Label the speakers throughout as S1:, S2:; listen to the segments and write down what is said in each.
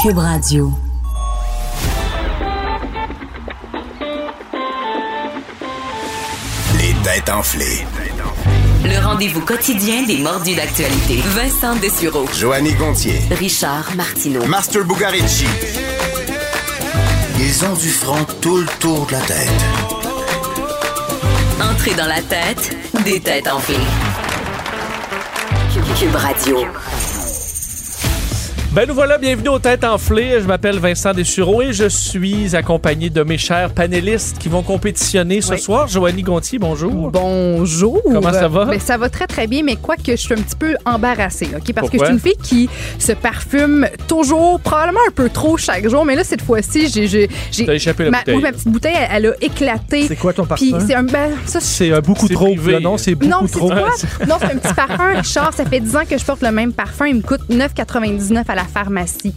S1: Cube Radio.
S2: Les têtes enflées.
S1: Le rendez-vous quotidien des mordus d'actualité. Vincent Dessureau.
S2: Joanny Gontier.
S1: Richard Martineau.
S2: Master Bugarici. Ils ont du front tout le tour de la tête.
S1: Entrée dans la tête des têtes enflées. Cube- Cube Radio.
S3: Ben nous voilà, bienvenue aux Têtes Enflées. Je m'appelle Vincent Dessureau et je suis accompagné de mes chers panélistes qui vont compétitionner ce
S4: Oui.
S3: soir. Joanny Gontier,
S5: Oh,
S3: bonjour.
S4: Bonjour.
S3: Comment ça va?
S4: Ben, ça va très, très bien, mais quoique je suis un petit peu embarrassée, OK? Parce que je
S3: Pourquoi?
S4: suis une fille qui se parfume toujours, probablement un peu trop chaque jour, mais là, cette fois-ci, j'ai. j'ai- j'ai-
S3: T'as échappé la
S4: ma,
S3: bouteille,
S4: oui, ma
S3: là.
S4: petite bouteille, elle, elle a éclaté.
S6: C'est quoi ton
S4: Puis
S6: parfum?
S4: c'est un. Ben, ça, je-
S6: C'est euh, beaucoup
S3: C'est
S6: trop.
S3: privé.
S6: là, non, c'est beaucoup
S4: non, c'est
S6: trop.
S4: quoi? Non, c'est un petit parfum, Richard. Ça fait 10 ans que je porte le même parfum. Il me coûte 9,99 à la pharmacie.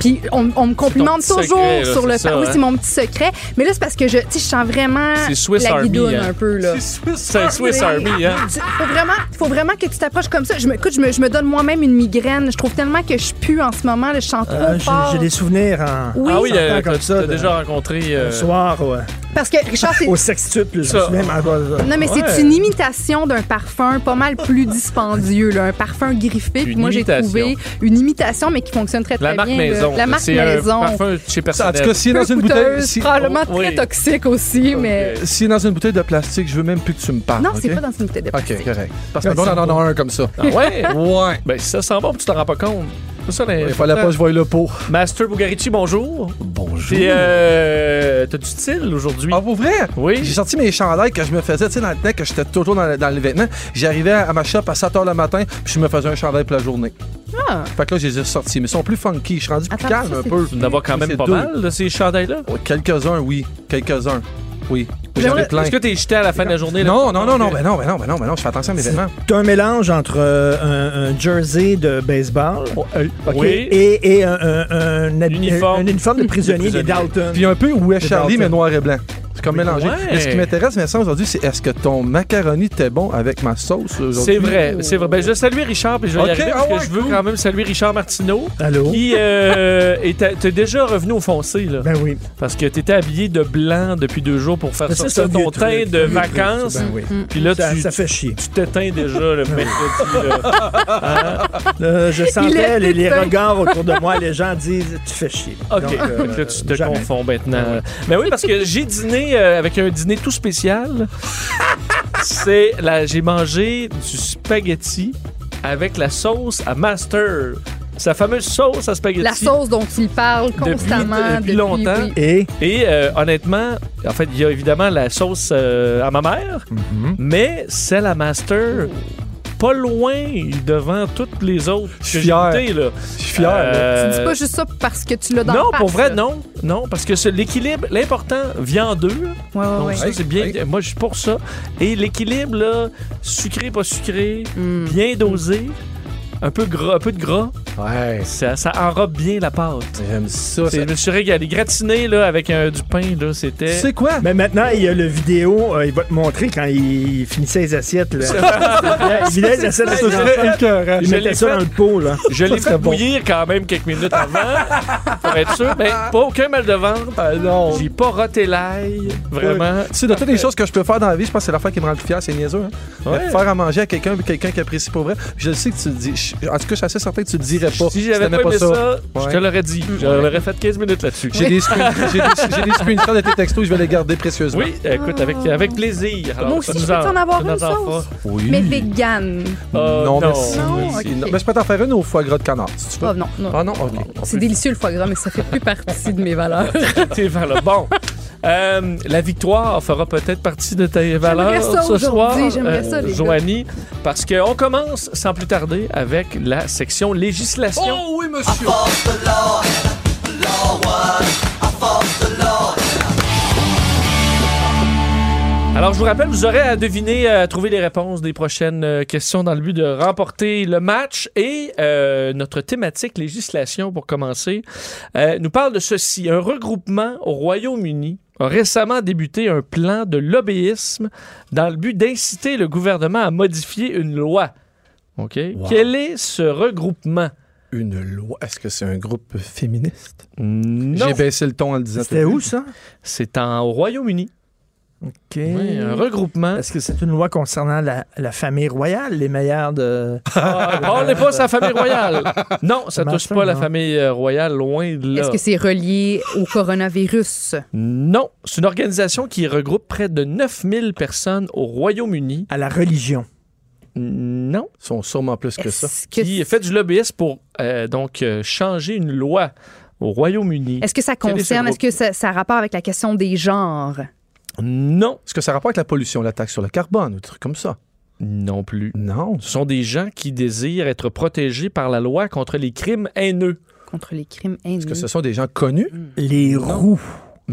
S4: Puis on, on me complimente
S3: C'est ton
S4: toujours
S3: petit secret, là,
S4: sur le
S3: c'est ça,
S4: parfum.
S3: hein?
S4: C'est mon petit secret. Mais là, c'est parce que je, tu sais, je sens vraiment
S3: C'est Swiss
S4: la
S3: Army,
S4: guidoune
S3: hein?
S4: un peu. Là.
S3: C'est un Swiss Army, hein?
S4: Tu- Faut vraiment, faut vraiment que tu t'approches comme ça. Je me, écoute, je me, je me donne moi-même une migraine. Je trouve tellement que je pue en ce moment. là, je sens trop
S6: Euh, j'ai-
S4: fort.
S6: J'ai des souvenirs en.
S4: Oui,
S3: ah oui,
S6: ça
S3: euh,
S6: fait comme
S3: t'as
S6: ça,
S3: t'as
S6: de-
S3: déjà rencontré. euh,
S6: Le soir ouais.
S4: parce que Richard, c'est
S6: au sextuple, je
S3: Ça.
S6: me souviens. mais encore, euh,
S4: non mais
S3: Ouais.
S4: c'est une imitation d'un parfum pas mal plus dispendieux, là, un parfum griffé. Puis
S3: Une
S4: moi j'ai
S3: imitation.
S4: trouvé une imitation mais qui fonctionne très très
S3: la marque
S4: bien. là.
S3: maison.
S4: La
S3: là,
S4: marque
S3: c'est un
S4: maison.
S3: parfum chez
S5: En
S3: personnel.
S5: tout cas, si
S4: Peu
S5: dans une bouteille,
S4: coûteuse,
S5: si,
S4: probablement
S3: oh, oui.
S4: très toxique aussi, mais
S5: si dans une bouteille de plastique, je veux même plus que tu me parles.
S4: non, c'est
S5: ok?
S4: pas dans une bouteille de plastique.
S5: Ok, correct. Parce que bon, on en a un comme ça.
S3: Ah ouais?
S5: Ouais.
S3: ben si ça sent bon, puis tu t'en rends pas compte. C'est ça, les-
S5: Il fallait pas que je voie le pot.
S3: Master Bugarici, bonjour.
S5: Bonjour.
S3: Puis, euh, t'as du style aujourd'hui?
S5: Ah, pour vrai? J'ai
S3: oui.
S5: sorti mes chandails que je me faisais, tu sais, dans le temps que j'étais toujours dans, le- dans le vêtement. J'arrivais à ma shop à 7 h le matin, puis je me faisais un chandail pour la journée.
S4: Ah.
S5: Fait que là, je les ai sortis, mais ils sont plus funky. Je suis rendu plus
S4: Attends,
S5: calme
S4: ça,
S5: un
S4: c'est-
S5: peu.
S3: Tu en avoir quand même
S5: C'est
S3: pas
S5: deux.
S3: mal de ces chandails-là.
S5: Ouais, Quelques-uns, oui. Quelques-uns. Oui. J'en ai plein.
S3: Est-ce que t'es jeté à la fin de la journée? là?
S5: Non, non, non, non, ben non, ben non, ben non, ben non, je fais attention à mes vêtements.
S6: C'est un mélange entre euh, un, un jersey de baseball ok,
S3: oui.
S6: et, et un, un- un hab-
S3: Uniforme.
S6: un uniforme de prisonnier des
S3: prisonnier.
S6: Dalton.
S5: Puis un peu où est
S6: C'est
S5: Charlie,
S6: Dalton.
S5: mais noir et blanc. C'est comme mélangé.
S3: ouais.
S5: Mais ce qui m'intéresse, Vincent, aujourd'hui, c'est est-ce que ton macaroni était bon avec ma sauce aujourd'hui?
S3: C'est vrai, c'est vrai. Ben, je vais saluer Richard, puis je vais
S5: Ok,
S3: y arriver,
S5: ah
S3: parce que
S5: ouais,
S3: je veux
S5: cool.
S3: quand même saluer Richard Martineau,
S6: Allô?
S3: qui euh, est à- t'es déjà revenu au foncé, là,
S6: Ben oui.
S3: parce que t'étais habillé de blanc depuis deux jours pour faire
S6: Mais
S3: sortir
S6: ça, c'est un
S3: ton
S6: vieux
S3: teint
S6: truc,
S3: de
S6: un vieux truc,
S3: vacances,
S6: ça, ben
S4: Hmm.
S6: oui.
S3: puis là,
S6: Ça,
S3: tu,
S6: ça fait chier.
S3: tu t'éteins déjà le mercredi, là.
S6: Euh, je
S4: est
S6: sentais les, les
S4: éteint.
S6: regards autour de moi. Les gens disent Tu fais chier.
S3: OK,
S6: Donc, euh,
S3: Fait que là, tu te
S6: jamais. Ah
S3: confonds maintenant. Mais oui, parce que j'ai dîné euh, avec un dîner tout spécial. C'est là, j'ai mangé du spaghetti avec la sauce à master. Sa fameuse sauce à spaghetti.
S4: La sauce dont il parle constamment
S3: depuis longtemps.
S4: oui.
S6: Et
S3: Et euh, honnêtement, en fait, il y a évidemment la sauce euh, à ma mère,
S6: Mm-hmm.
S3: mais celle à Master, pas loin devant toutes les autres. que
S5: suis
S3: j'ai
S5: fier.
S3: goûtées, là.
S5: Je suis fier. là.
S3: Euh,
S4: Tu dis pas juste ça parce que tu l'as dans
S3: non,
S4: la face,
S3: pour vrai,
S4: là.
S3: non. Non, parce que ce- l'équilibre, l'important vient en deux. là.
S4: Ouais, ouais,
S3: Donc,
S4: ouais.
S3: ça, c'est bien. Moi, je suis pour ça. Et l'équilibre, là, sucré, pas sucré,
S4: Hmm.
S3: bien dosé, un peu, gras, un peu de gras,
S5: Ouais.
S3: ça, ça enrobe bien la pâte.
S5: J'aime ça.
S3: C'est-
S5: ça-
S3: Je me suis régalé. Gratiné, là, avec euh, du pain, là,
S5: Tu
S3: c'était.
S5: sais quoi?
S6: Mais maintenant, il y a le vidéo, euh, il va te montrer quand il finissait les assiettes. Là. il vidait les assiettes de ses enfants.
S5: écœurant.
S6: Il
S3: Je
S6: mettait
S3: l'ai
S6: ça
S3: fait.
S6: dans le pot. Là.
S3: Je
S6: Ça
S3: l'ai
S6: serait
S3: fait
S6: bon.
S3: bouillir quand même quelques minutes avant, pour être sûr. Mais pas aucun mal de ventre.
S5: non.
S3: J'ai pas roté l'ail, vraiment.
S5: Tu sais, de toutes les choses que je peux faire dans la vie, je pense que c'est l'affaire qui me rend le plus fier, c'est niaiseux. hein.
S3: Ouais.
S5: Faire à manger à quelqu'un, puis quelqu'un qui apprécie pour vrai. Je le sais que tu le dis. Je- En tout cas, je suis assez certain que tu le dirais pas.
S3: Si j'avais
S5: t'aimais
S3: pas aimé ça, je te
S5: Ouais.
S3: l'aurais dit. Je l'aurais fait 15 minutes là-dessus.
S5: J'ai des, screen- j'ai des- j'ai des screenshots de tes textos, je vais les garder précieusement.
S3: Oui, écoute, avec, avec plaisir. Alors,
S4: Moi aussi,
S3: Ah, ça
S4: je
S3: nous
S4: peux en avoir
S3: ça nous
S4: une sauce?
S3: fera.
S5: Oui.
S4: Mais vegan.
S3: Euh,
S5: non,
S3: non.
S5: merci.
S4: Non,
S5: merci.
S4: ok.
S5: Non, ben, je peux t'en faire une au foie gras de canard, si tu veux.
S4: Oh, non, non.
S5: Ah non, ok.
S4: C'est délicieux le foie gras, mais ça fait plus partie de mes valeurs.
S3: Tes valeurs. Bon. Euh, la victoire fera peut-être partie de tes valeurs
S4: ça
S3: ce soir, euh,
S4: aujourd'hui, j'aimerais ça, les gars.
S3: Joanie, parce qu'on commence sans plus tarder avec la section législation.
S5: Oh oui, monsieur!
S3: Alors, je vous rappelle, vous aurez à deviner, euh, à trouver les réponses des prochaines euh, questions dans le but de remporter le match. Et euh, notre thématique législation, pour commencer, euh, nous parle de ceci. Un regroupement au Royaume-Uni a récemment débuté un plan de lobbyisme dans le but d'inciter le gouvernement à modifier une loi. OK? Quel est ce regroupement?
S5: une loi. Est-ce que c'est un groupe féministe?
S3: Non.
S5: J'ai baissé le ton en le disant.
S6: C'était où, ça?
S3: C'est en au Royaume-Uni.
S6: OK.
S3: Oui, hein. un regroupement.
S6: Est-ce que c'est une loi concernant la, la famille royale, les meilleurs de...
S3: Ah, Parlez pas à sa famille royale. Non, ça
S6: Ça marche
S3: touche pas
S6: pas,
S3: la
S6: non.
S3: famille euh, royale, loin de là.
S4: Est-ce que c'est relié au coronavirus?
S3: Non, c'est une organisation qui regroupe près de 9000 personnes au Royaume-Uni.
S6: à la religion?
S3: Non.
S5: Ils sont sûrement plus que ça.
S4: Est-ce que,
S3: Qui fait du lobbyisme pour euh, donc euh, changer une loi au Royaume-Uni.
S4: est-ce que ça
S3: Quel est ce
S4: concerne, est-ce que ça, ça a rapport avec la question des genres?
S3: Non,
S5: Est-ce que ça a rapport avec la pollution, la taxe sur le carbone ou des trucs comme ça?
S3: non plus.
S5: Non.
S3: Ce sont des gens qui désirent être protégés par la loi contre les crimes haineux.
S4: Contre les crimes
S5: Est-ce que
S4: haineux.
S5: ce sont des gens connus?
S6: Mm.
S3: Hmm.
S6: Les roues.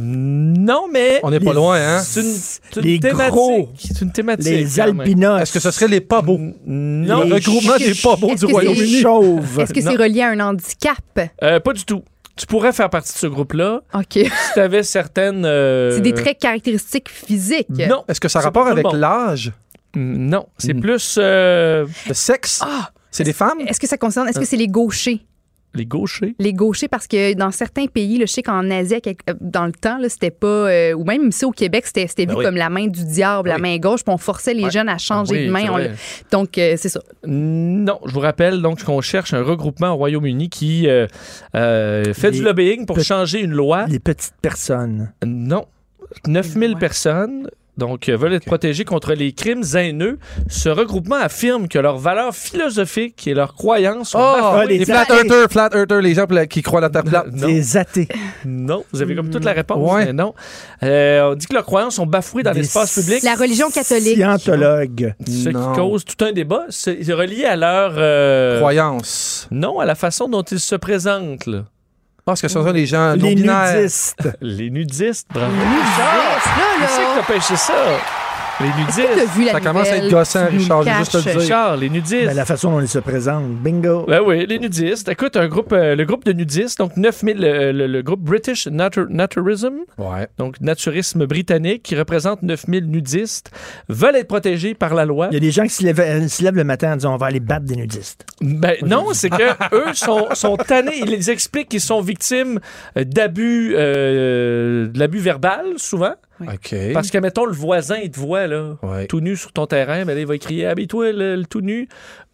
S3: Non, mais
S5: On n'est pas loin, hein?
S3: c'est une, c'est une
S6: Les
S3: thématique.
S6: gros.
S3: C'est une thématique.
S6: Les
S3: quand même.
S6: albinos.
S5: Est-ce que ce serait les pas beaux?
S3: Non,
S6: Les
S5: le regroupement des pas beaux
S4: Est-ce
S5: du
S4: que c'est-
S6: les
S5: Royaume-Uni.
S6: chauves?
S4: Est-ce que
S3: Non.
S4: c'est relié à un handicap?
S3: euh, pas du tout. Tu pourrais faire partie de ce groupe-là
S4: OK.
S3: si tu avais certaines. euh,
S4: C'est des traits caractéristiques physiques.
S3: Non,
S5: Est-ce que ça a
S3: C'est
S5: rapport
S3: pas tout le
S5: avec
S3: monde.
S5: l'âge,
S3: Mm, non, c'est
S5: Mm.
S3: plus euh,
S5: le sexe? C'est des femmes?
S4: Ah! Est-ce que ça concerne, est-ce que c'est les gauchers?
S3: les gauchers.
S4: Les gauchers, parce que dans certains pays, le je sais qu'en Asie, à quelque- euh, dans le temps, là, c'était pas. euh, ou même ici au Québec, c'était c'était vu
S5: Ben oui. Ben
S4: comme la main du diable, la
S5: Oui.
S4: main gauche, puis on forçait les
S3: Ouais.
S4: jeunes à changer
S3: Ah oui,
S4: de main.
S3: c'est
S4: On
S3: vrai.
S4: le- donc, euh, c'est ça.
S3: Non, je vous rappelle donc qu'on cherche un regroupement au Royaume-Uni qui euh, euh, fait
S6: Les
S3: du lobbying pour
S6: pe-
S3: changer une loi.
S6: Les petites personnes.
S3: Non. 9000
S4: Ouais.
S3: personnes donc euh, veulent être protégées contre les crimes haineux. Ce regroupement affirme que leurs valeurs philosophiques et leurs croyances sont
S5: Oh,
S3: bafouées.
S6: les
S5: les
S6: athées.
S5: flat earthers, flat earthers, les gens pour la- qui croient à la terre plate. Euh,
S3: Non.
S6: Des athées.
S3: Non, vous avez comme toute la réponse,
S5: Ouais.
S3: mais non. Euh, on dit que leurs croyances sont bafouées dans
S6: Des
S3: l'espace public.
S4: La religion catholique.
S6: Scientologues.
S3: Ce
S5: Non.
S3: qui cause tout un débat, c'est c'est relié à leur... euh,
S5: Croyances.
S3: non, à la façon dont ils se présentent. là.
S5: Ah, est-ce que ce sont les gens
S6: Les
S5: non-binaires?
S6: nudistes.
S3: Les nudistes, bravo.
S5: Ah!
S4: Là,
S3: Qui c'est que
S4: là,
S3: t'as pêché ça? Les
S4: t'as
S3: nudistes.
S4: vu la
S5: Ça commence à être
S4: nouvelle,
S5: gossant,
S4: tu nous
S5: Richard, je veux
S4: caches.
S5: juste te le dire.
S3: Richard, les nudistes.
S6: Ben, la façon dont ils se présentent. Bingo.
S3: Ben oui, les nudistes. Écoute, un groupe, euh, le groupe de nudistes, donc 9000, le, le- le groupe British Natur- Naturism,
S5: Ouais.
S3: donc naturisme britannique, qui représente 9000 nudistes, veulent être protégés par la loi.
S6: Il y a des gens qui se lèvent, euh, se lèvent le matin en disant on va aller battre des nudistes.
S3: Ben non, c'est que eux sont, sont tannés. Ils expliquent qu'ils sont victimes euh, d'abus, euh, de l'abus verbal, souvent.
S5: OK.
S3: Parce que, mettons, le voisin, il te voit, là,
S5: Ouais.
S3: tout nu sur ton terrain, mais là, il va crier Habille-toi, le, le tout nu.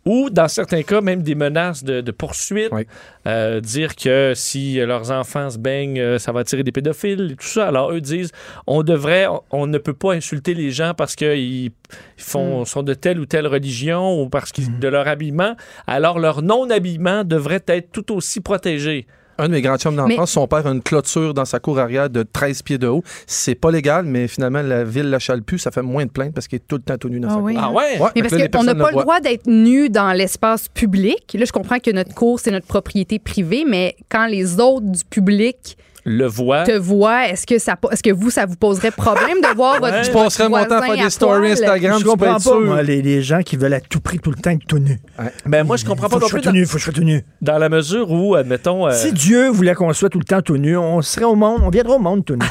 S3: Ou, dans certains cas, même des menaces de, de poursuite.
S5: Ouais.
S3: Euh, dire que si euh, leurs enfants se baignent, euh, ça va attirer des pédophiles et tout ça. Alors, eux disent on devrait, on, on ne peut pas insulter les gens parce qu'ils font
S6: Hmm.
S3: sont de telle ou telle religion ou parce qu'ils de leur habillement. Alors, leur non-habillement devrait être tout aussi protégé.
S5: Un de mes grands chums d'enfance,
S4: Mais-
S5: son père a une clôture dans sa cour arrière de 13 pieds de haut. C'est pas légal, mais finalement, la ville la chale plus. Ça fait moins de plaintes parce qu'il est tout le temps tout nu dans
S4: Ah
S5: sa
S4: oui.
S5: cour.
S3: Ah ouais?
S5: Ouais,
S4: Mais
S5: fait
S4: parce
S5: que là, les
S4: qu'on n'a
S5: personnes
S4: pas le
S5: voient.
S4: droit d'être nu dans l'espace public. Là, je comprends que notre cours, c'est notre propriété privée, mais quand les autres du public
S3: Le voit.
S4: te voient, est-ce que, ça, est que vous, ça vous poserait problème de voir votre
S5: Je
S4: votre
S5: passerais mon temps
S4: voisin
S5: à faire des
S4: poil?
S5: stories Instagram,
S6: je
S5: tu peux
S6: comprends
S5: être
S6: pas,
S5: sûr.
S6: moi, les, les gens qui veulent à tout prix tout le temps être tout nu.
S3: Ben, moi, je comprends pas
S6: Faut que
S3: non
S6: je sois
S3: plus
S6: tout
S3: dans,
S6: nu, faut que je sois tout nu.
S3: dans la mesure où, admettons. euh,
S6: Si Dieu voulait qu'on soit tout le temps tout nu, on serait au monde, on viendrait au monde tout nu.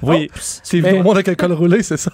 S3: oui.
S5: C'est
S3: Oh, Mais-
S5: venu au monde avec un col roulé, c'est ça?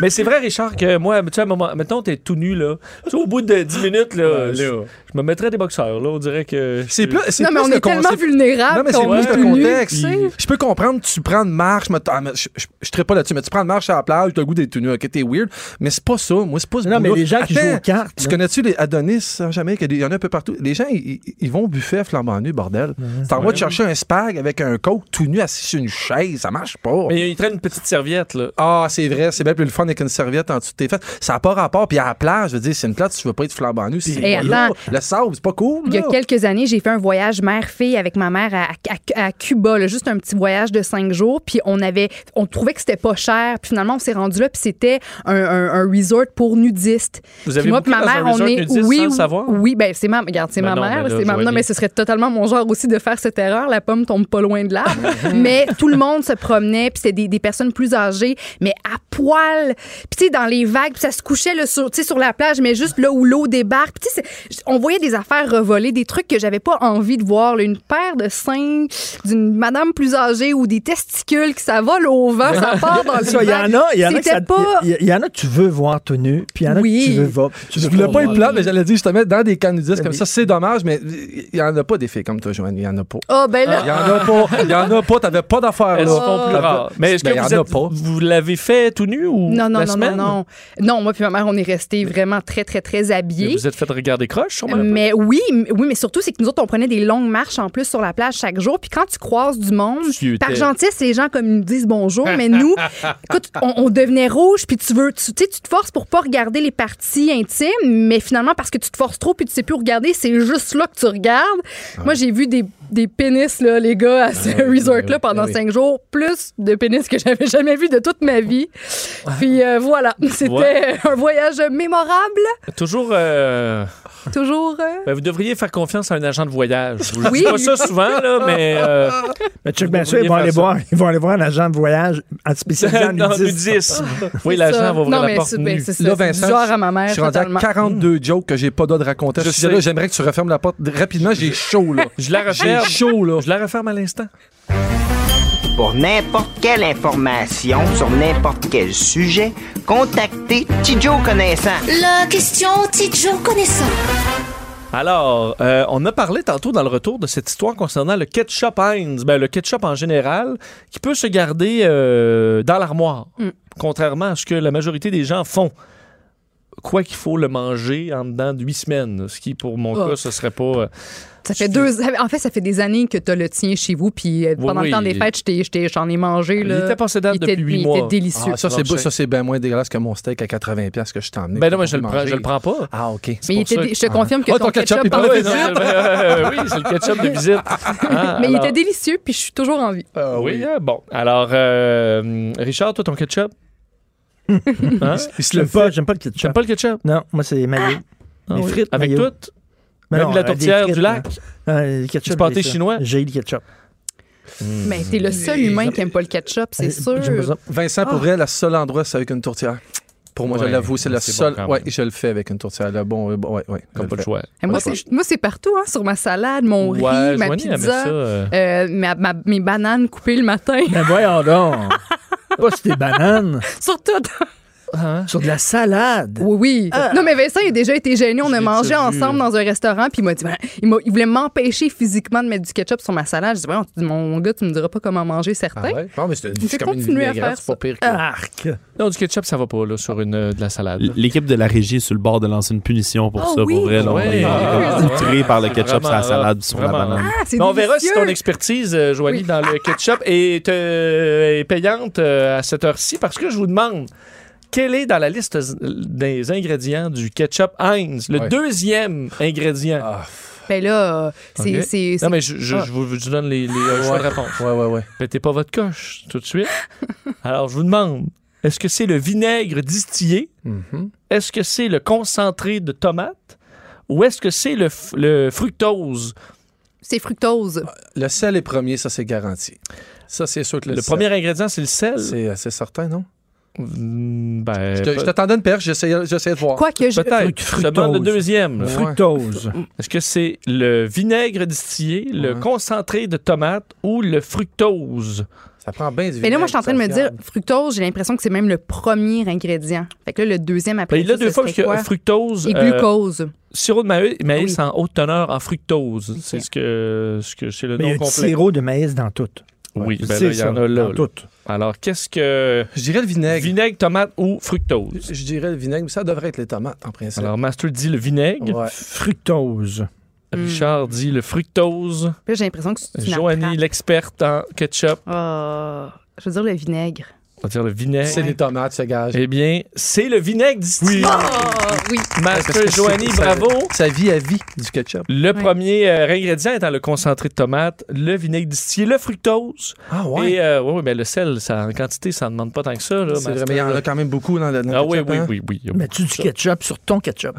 S3: Mais c'est vrai, Richard, que moi, tu sais, à un moment, mettons, t'es tout nu, là. Tu sais, au bout de 10 minutes, là, je, je me mettrais des boxeurs, là. On dirait que.
S5: C'est plus. c'est
S4: Non, mais
S5: plus
S4: on
S5: le
S4: est
S5: con-
S4: tellement
S5: c'est-
S4: vulnérable.
S5: Non, mais c'est
S4: qu'on
S5: plus
S4: est
S5: le
S4: tout nu.
S5: contexte. Je peux comprendre, tu prends une marche, mais t- ah, mais je ne serais pas là-dessus, mais tu prends une marche à la plage, t'as le goût d'être tout nu, ok, t'es weird, mais c'est pas ça. Moi, c'est pas ce
S6: Non, mais
S5: boulot.
S6: les gens qui
S5: Attends,
S6: jouent aux cartes,
S5: Tu
S6: là.
S5: connais-tu les Adonis hein, en Jamaïque? Il y en a un peu partout. Les gens, ils, ils- ils vont au buffet à flambant nu, bordel. T'es en train de chercher un spag avec un coat tout nu assis sur une chaise, ça marche pas.
S3: Mais il traîne une petite serviette, là.
S5: Ah, c'est vrai, c'est bien plus le fun avec une serviette en dessous de tes fesses. Ça n'a pas rapport. Puis à la plage, je veux dire, c'est une plate, tu veux pas être flambant nu. c'est
S4: Hey,
S5: pas là.
S4: attends.
S5: Le sable, c'est pas cool.
S4: Il y a
S5: là.
S4: quelques années, j'ai fait un voyage mère-fille avec ma mère à, à- à Cuba, là, juste un petit voyage de cinq jours. Puis on avait, on trouvait que c'était pas cher. Puis finalement, on s'est rendu là, puis c'était un, un- un resort pour nudistes.
S3: Vous
S4: Puis
S3: avez
S4: moi,
S3: booké
S4: puis ma
S3: dans un
S4: mère,
S3: resort
S4: on est,
S3: nudiste
S4: oui,
S3: sans le
S4: oui,
S3: savoir?
S4: oui, ben c'est ma, regarde, c'est
S3: Ben
S4: ma
S3: non,
S4: mère,
S3: mais là,
S4: c'est ma,
S3: je vois
S4: non, mais
S3: bien.
S4: ce serait totalement mon genre aussi de faire cette erreur. La pomme tombe pas loin de l'arbre. mais tout le monde se promenait, puis c'était des, des personnes plus âgées, mais à poil. Puis tu sais, dans les vagues, puis ça se couchait là, sur, tu sais, sur la plage, mais juste là où l'eau débarque. Puis tu sais, c'est- on voyait des affaires revolées, des trucs que j'avais pas envie de voir. là. une paire de seins d'une madame plus âgée ou des testicules que ça vole au vent, ça part dans le
S6: Ça, Il y en
S4: vent.
S6: a, il y en a que
S4: C'était
S6: ça-
S4: pas...
S6: il y- il y en a que tu veux voir tout nu, puis il y en a
S4: Oui.
S6: que tu veux voir. Tu
S5: Je
S6: veux
S5: voulais pas
S6: voir.
S5: être plate, mais j'allais dire justement dans des candidats comme
S6: Oui.
S5: ça, c'est dommage, mais il y en a pas des filles comme toi, Joanne. Il y en a pas.
S4: Ah, ben là,
S5: Il y en a pas. Il y en a pas. T'avais pas d'affaires
S3: Elles se
S5: Ah, là.
S3: font plus
S5: T'avais-
S3: rares. Mais est-ce que
S5: Ben, il y
S3: vous,
S5: en a
S3: êtes-
S5: pas.
S3: vous l'avez fait tout nu ou
S4: Non, non,
S3: la
S4: non, non,
S3: semaine?
S4: non. Non, moi puis ma mère, on est restés vraiment très, très, très
S3: Mais
S4: habillés.
S3: Vous êtes fait regarder croche, sûrement. un peu.
S4: Mais oui, m- oui, mais surtout, c'est que nous autres, on prenait des longues marches en plus sur la plage chaque jour. Puis quand tu croises du monde,
S3: Tu
S4: par
S3: étais-
S4: gentillesse, les gens comme ils nous disent bonjour, mais nous, écoute, on, on devenait rouge, puis tu veux, tu tu sais, tu te forces pour pas regarder les parties intimes, mais finalement, parce que tu te forces trop, puis tu sais plus où regarder, c'est juste là que tu regardes.
S3: Ah.
S4: Moi, j'ai vu des, des pénis, là, les gars, à ce resort-là pendant cinq jours, plus de pénis que j'avais jamais vu de toute ma vie. Puis euh, voilà, c'était
S3: Ah. Ouais.
S4: un voyage mémorable,
S3: Toujours. euh,
S4: toujours. euh,
S3: ben, vous devriez faire confiance à un agent de voyage. Je vous
S4: Oui.
S3: dis pas ça souvent, là, mais. euh,
S6: Mais check bien
S3: Vous
S6: sûr, ils vont
S3: devriez
S6: aller
S3: faire
S6: voir, ils vont aller voir un agent de voyage spécialisé en
S3: dans le
S6: nudisme.
S3: 10. Oui,
S4: C'est
S3: l'agent
S4: ça.
S3: va ouvrir
S4: non,
S3: la
S4: mais
S3: porte
S4: c'est- ben,
S3: nue.
S4: c'est ça,
S5: Là,
S4: c'est du
S5: Vincent,
S4: genre à ma mère,
S5: Je suis rendu à
S4: totalement.
S5: 42 jokes que j'ai pas droit de raconter.
S3: Hmm. Je
S5: Je suis là,
S3: sais.
S5: j'aimerais que tu refermes la porte rapidement. J'ai chaud, là.
S3: Je la
S5: J'ai
S3: referme.
S5: chaud, là. Ah,
S3: Je la referme à l'instant.
S7: Pour n'importe quelle information sur n'importe quel sujet, contactez Tidjo Connaissant.
S8: La question Tidjo connaissant.
S3: Alors, euh, on a parlé tantôt dans le retour de cette histoire concernant le ketchup Heinz, ben, le ketchup en général, qui peut se garder euh, dans l'armoire,
S4: Mm.
S3: contrairement à ce que la majorité des gens font. Quoi qu'il faut le manger en dedans de huit semaines, ce qui, pour mon
S4: Oh.
S3: cas, ce serait pas... euh,
S4: Ça fait deux. ah, En fait, ça fait des années que t'as le tien chez vous, puis euh,
S3: Oui,
S4: pendant
S3: oui.
S4: le temps des fêtes, je t'ai- je t'ai- j'en ai mangé.
S3: Il
S4: là.
S3: était possédable
S4: Il était-
S3: depuis huit
S4: il
S3: mois.
S4: était délicieux.
S5: Ah, ça, c'est
S3: Non,
S5: beau-
S3: je
S5: ça, c'est bien moins dégueulasse que mon steak à 80$ piastres que je t'ai emmené.
S3: Ben non,
S5: que
S3: mais
S5: j'ai
S3: je le, prends,
S5: mangé.
S3: je le prends pas.
S5: Ah, OK. C'est
S4: mais il
S5: pour
S4: était
S5: ça
S4: dé-
S5: que-
S4: je te confirme que
S5: Ah,
S4: ton,
S5: ton ketchup, il
S4: en
S5: parlait
S4: fait-
S5: de
S3: c'est le- euh, oui, c'est le ketchup de visite. Ah,
S4: Mais il
S3: alors-
S4: était délicieux, puis je suis toujours en vie.
S3: Ah oui, hein, bon. Alors, euh, Richard, toi, ton ketchup,
S6: Ils se le pas, j'aime pas le ketchup.
S3: j'aime pas le ketchup.
S6: Non, moi, c'est maillé.
S3: Ah
S6: Les
S3: oui.
S6: frites,
S3: Avec
S6: mayo.
S3: tout, même
S6: euh,
S3: de la tourtière du lac.
S6: Le
S3: Du
S6: ketchup.
S3: pâté
S6: j'ai ça.
S3: chinois.
S6: J'ai eu le ketchup.
S3: Hmm.
S4: Mais t'es le seul humain qui aime pas le ketchup, c'est sûr.
S6: J'aime ça.
S5: Vincent,
S4: Ah.
S5: pour vrai, le seul endroit, c'est avec une tourtière. Pour moi,
S3: Ouais,
S5: je l'avoue, c'est le
S3: c'est bon
S5: seul.
S3: quand
S5: ouais,
S3: même.
S5: je le fais avec une tourtière. Là, bon, euh, bon, ouais, ouais. je
S3: Comme
S5: le
S3: pas de
S5: fais.
S3: choix.
S4: Et Moi, c'est moi, c'est partout, hein, sur ma salade, mon riz, ma
S3: Joanie, elle met
S4: pizza,
S3: ça, euh,
S4: euh, ma- ma- mes bananes coupées le matin,
S6: Ben voyons donc. pas sur des bananes,
S4: sur tout.
S6: sur de la salade.
S4: Oui, oui. Non, mais Vincent, il a déjà été gêné. On
S3: Je
S4: a
S3: l'ai
S4: mangé
S3: déjà vu,
S4: ensemble dans un restaurant, puis il m'a dit, ben, il, m'a- il voulait m'empêcher physiquement de mettre du ketchup sur ma salade. Je dis, Ben, mon gars, tu me diras pas comment manger certains.
S5: Ah ouais? Non, mais c'est une- c'est
S4: vais
S5: comme une
S4: continuer à
S5: vinaigrette,
S4: faire
S5: c'est pas
S4: ça.
S5: pire que.
S6: Arc.
S3: Non, du ketchup, ça va pas, là, sur une, euh, de la salade. là.
S9: L'équipe de la régie est sur le bord de lancer une punition pour
S4: Oh
S9: ça,
S4: oui.
S9: pour vrai. là, on
S3: Ouais.
S9: est- on est
S3: Ah.
S9: comme outrés par le
S3: C'est
S9: ketchup sur la
S3: vraiment
S9: salade
S3: rare.
S9: puis sur la
S3: Vraiment
S9: banane.
S3: rare.
S4: Ah, c'est
S3: Mais on verra si
S4: délicieux.
S3: ton expertise, euh, Joanie, dans le ketchup est, euh, est payante euh, à cette heure-ci parce que je vous demande quel est dans la liste z- des ingrédients du ketchup Heinz, le
S5: Ouais.
S3: deuxième ingrédient.
S4: Ben là, euh, c'est.
S3: Ok.
S4: c'est- c'est-
S3: Non, mais je, je-
S4: Ah.
S3: je vous, je vous donne les, les euh, choix de réponse.
S4: hein?
S5: Ouais, ouais, ouais.
S3: Pétez pas votre coche tout de suite. Alors, je vous demande, est-ce que c'est le vinaigre distillé?
S5: Mhm.
S3: Est-ce que c'est le concentré de tomate? Ou est-ce que c'est le, f- le fructose?
S4: C'est fructose.
S5: Le sel est premier, ça, c'est garanti. Ça, c'est sûr que le,
S3: Le
S5: sel,
S3: premier ingrédient, c'est le sel.
S5: C'est euh, c'est certain, non?
S3: Mm, Ben,
S5: Je te- je t'attendais une perche, j'essayais j'essayais de voir.
S4: Quoi que je.
S3: peut-être. Je te demande le
S6: fructose.
S3: deuxième. là.
S6: Fructose.
S3: Est-ce que c'est le vinaigre distillé, le
S5: Ouais.
S3: concentré de tomate ou le fructose?
S5: Ça prend bien du
S4: Mais là, moi, je suis en
S5: vinaigre,
S4: train de me
S5: ça
S4: dire,
S5: regarde.
S4: fructose, j'ai l'impression que c'est même le premier ingrédient. Fait que là, le deuxième
S3: Ben,
S4: après.
S3: il l'a
S4: ça,
S3: deux
S4: ça
S3: fois parce
S4: serait
S3: que
S4: quoi?
S3: fructose,
S4: Et
S3: euh,
S4: glucose.
S3: sirop de maï- maïs
S4: Oui.
S3: en haute teneur en fructose. C'est ce que ce que c'est le
S6: Mais il y a
S3: nom
S6: du
S3: complet.
S6: sirop de maïs dans tout.
S3: Oui,
S6: Tu
S3: ben
S6: sais
S3: là, il y
S6: ça,
S3: en a là.
S6: Dans
S3: là.
S6: tout.
S3: Alors, qu'est-ce que
S5: Je dirais le vinaigre.
S3: vinaigre, tomate ou fructose?
S5: Je dirais le vinaigre, mais ça devrait être les tomates, en principe.
S3: Alors, Master dit le vinaigre,
S5: Ouais.
S6: Fructose.
S3: Richard dit le fructose,
S4: Puis Là, j'ai l'impression que c'est une
S3: Joanie
S4: attrape.
S3: l'experte en ketchup,
S4: Ah, je veux dire le vinaigre.
S3: on va dire le
S5: C'est
S3: vinaigre.
S5: les tomates, ce gage.
S3: Eh bien, c'est le vinaigre distillé.
S4: Ah, oui.
S5: Parce que
S3: Master
S5: c'est-
S3: Joanie,
S5: ça-
S3: bravo.
S5: Ça vit à vie du ketchup.
S3: Le
S4: Ouais.
S3: premier euh, ingrédient étant le concentré de tomate, le vinaigre distillé, le fructose.
S5: Ah
S3: Et euh, ouais, ouais, ben, le sel, ça, en quantité, ça ne demande pas tant que ça. Là,
S5: C'est
S3: Master.
S5: vrai, mais il y en a quand même beaucoup dans le dans le
S3: Ah oui,
S5: ketchup,
S3: oui,
S5: hein?
S3: oui, oui, oui.
S6: Mets-tu du ketchup sur ton ketchup?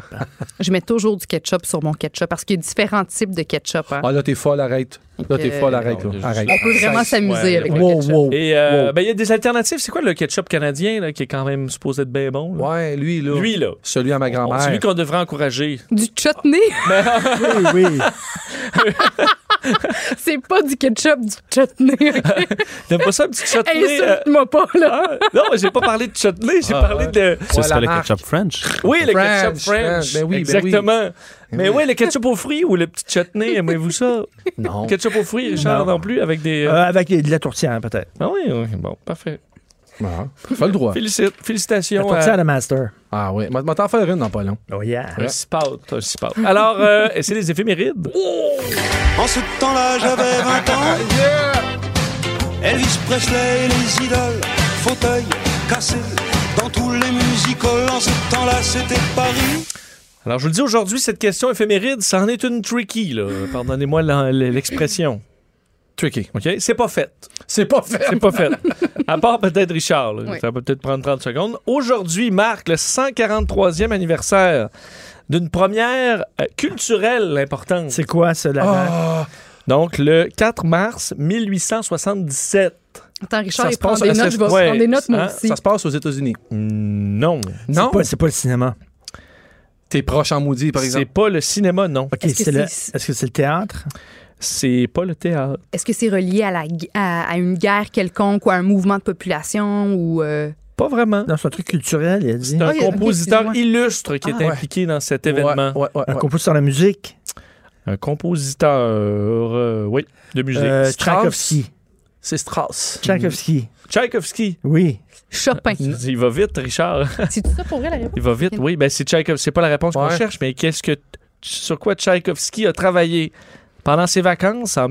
S4: Je mets toujours du ketchup sur mon ketchup parce qu'il y a différents types de ketchup. hein.
S5: Ah là, t'es folle, arrête. Là, t'es
S4: Euh,
S5: folle, arrête.
S3: non,
S5: là.
S3: je-
S5: Arrête.
S4: On peut vraiment s'amuser
S3: ouais,
S4: avec le
S6: Wow,
S4: ketchup.
S6: wow.
S3: Et euh,
S6: Wow.
S3: ben, il y a des alternatives. C'est quoi le ketchup canadien là, qui est quand même supposé être bien bon? là?
S5: Ouais, lui, là.
S3: Lui, là. Oh,
S5: Celui à ma
S3: On- Celui
S5: grand-mère.
S3: qu'on devrait encourager.
S4: Du chutney?
S6: Oui, oui.
S4: c'est pas du ketchup, du chutney. ok?
S3: T'aimes pas ça, un petit chutney? euh,
S4: Insulte-moi pas, là.
S3: ah, non, mais j'ai pas parlé de chutney, j'ai parlé de.
S9: Ce
S5: la
S9: serait le
S5: marque.
S9: ketchup French.
S3: Oui, le
S5: Ah, French,
S3: ketchup French.
S5: French, ben oui, ben oui.
S3: Exactement. Mais oui, le ketchup aux fruits ou le petit chutney, aimez-vous ça?
S5: Non.
S3: Ketchup aux fruits, Richard, non, plus, avec des.
S6: Euh,
S3: euh,
S6: avec de la tourtière, peut-être.
S3: Ah oui, oui, bon, parfait.
S5: Ah, fais le droit.
S3: Félicite-
S6: La
S3: félicitations.
S6: tourtière
S3: à-
S6: de Master.
S5: Ah oui. Moi, t'en faire une hein. dans pas long.
S6: Oh yeah.
S3: Un six pattes, un six pattes. Alors, euh, et c'est les éphémérides.
S10: En ce temps-là, j'avais 20 ans. Elvis Presley et les idoles, fauteuil cassé dans tous les musicals. En ce temps-là, c'était Paris.
S3: Alors, je vous le dis aujourd'hui, cette question éphéméride, ça en est une tricky, là. Pardonnez-moi l'en- l'expression.
S5: Tricky.
S3: OK? C'est pas fait.
S5: C'est pas fait.
S3: C'est pas fait. À part peut-être Richard, là.
S4: Oui.
S3: ça va peut-être prendre 30 secondes. Aujourd'hui marque le 143e anniversaire d'une première euh, culturelle importante.
S6: C'est quoi, ça, la...
S5: Ah,
S3: Donc, le 4 mars 1877.
S4: Attends, Richard,
S5: Ça
S4: il
S5: se
S4: prend
S5: passe-
S4: des
S5: ça
S4: notes.
S5: se-
S4: Je vais
S3: ouais,
S4: prendre des notes, moi
S3: hein,
S4: aussi.
S5: ça se passe aux États-Unis.
S3: Non.
S6: C'est pas, c'est pas le cinéma.
S5: T'es proche en maudit, par
S3: C'est
S5: exemple.
S3: pas le cinéma, non.
S6: OK,
S4: Est-ce que
S6: c'est le-
S4: c'est-
S6: Est-ce que c'est le théâtre?
S3: C'est pas le théâtre.
S4: Est-ce que c'est relié à, la, gu- à, à une guerre quelconque ou à un mouvement de population ou. euh,
S3: Pas vraiment.
S6: Non, c'est un truc culturel, il a dit.
S3: C'est un
S4: Ah, ok,
S3: compositeur
S4: excuse-moi.
S3: illustre qui est
S5: Ah.
S3: impliqué dans cet
S5: Ouais,
S3: événement.
S5: ouais, ouais,
S6: Un
S5: ouais.
S6: compositeur de musique.
S3: Un compositeur, euh, oui, de musique.
S6: Euh,
S3: Strauss.
S6: Tchaikovsky.
S5: C'est Strauss. Mm-hmm.
S6: Tchaikovsky.
S3: Tchaïkovski.
S6: Oui.
S4: Chopin.
S3: Il va vite, Richard.
S4: C'est tout ça pour vrai, la réponse?
S3: Il va vite. Oui, ben c'est Tchaïkovski. C'est pas la réponse qu'on
S5: Ouais.
S3: cherche, mais qu'est-ce que sur quoi Tchaïkovski a travaillé pendant ses vacances en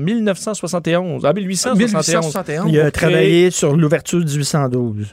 S3: 1971, en 1871.
S4: Ah,
S5: 1871.
S6: Il a
S3: pour créer-
S6: travaillé sur l'ouverture du 812.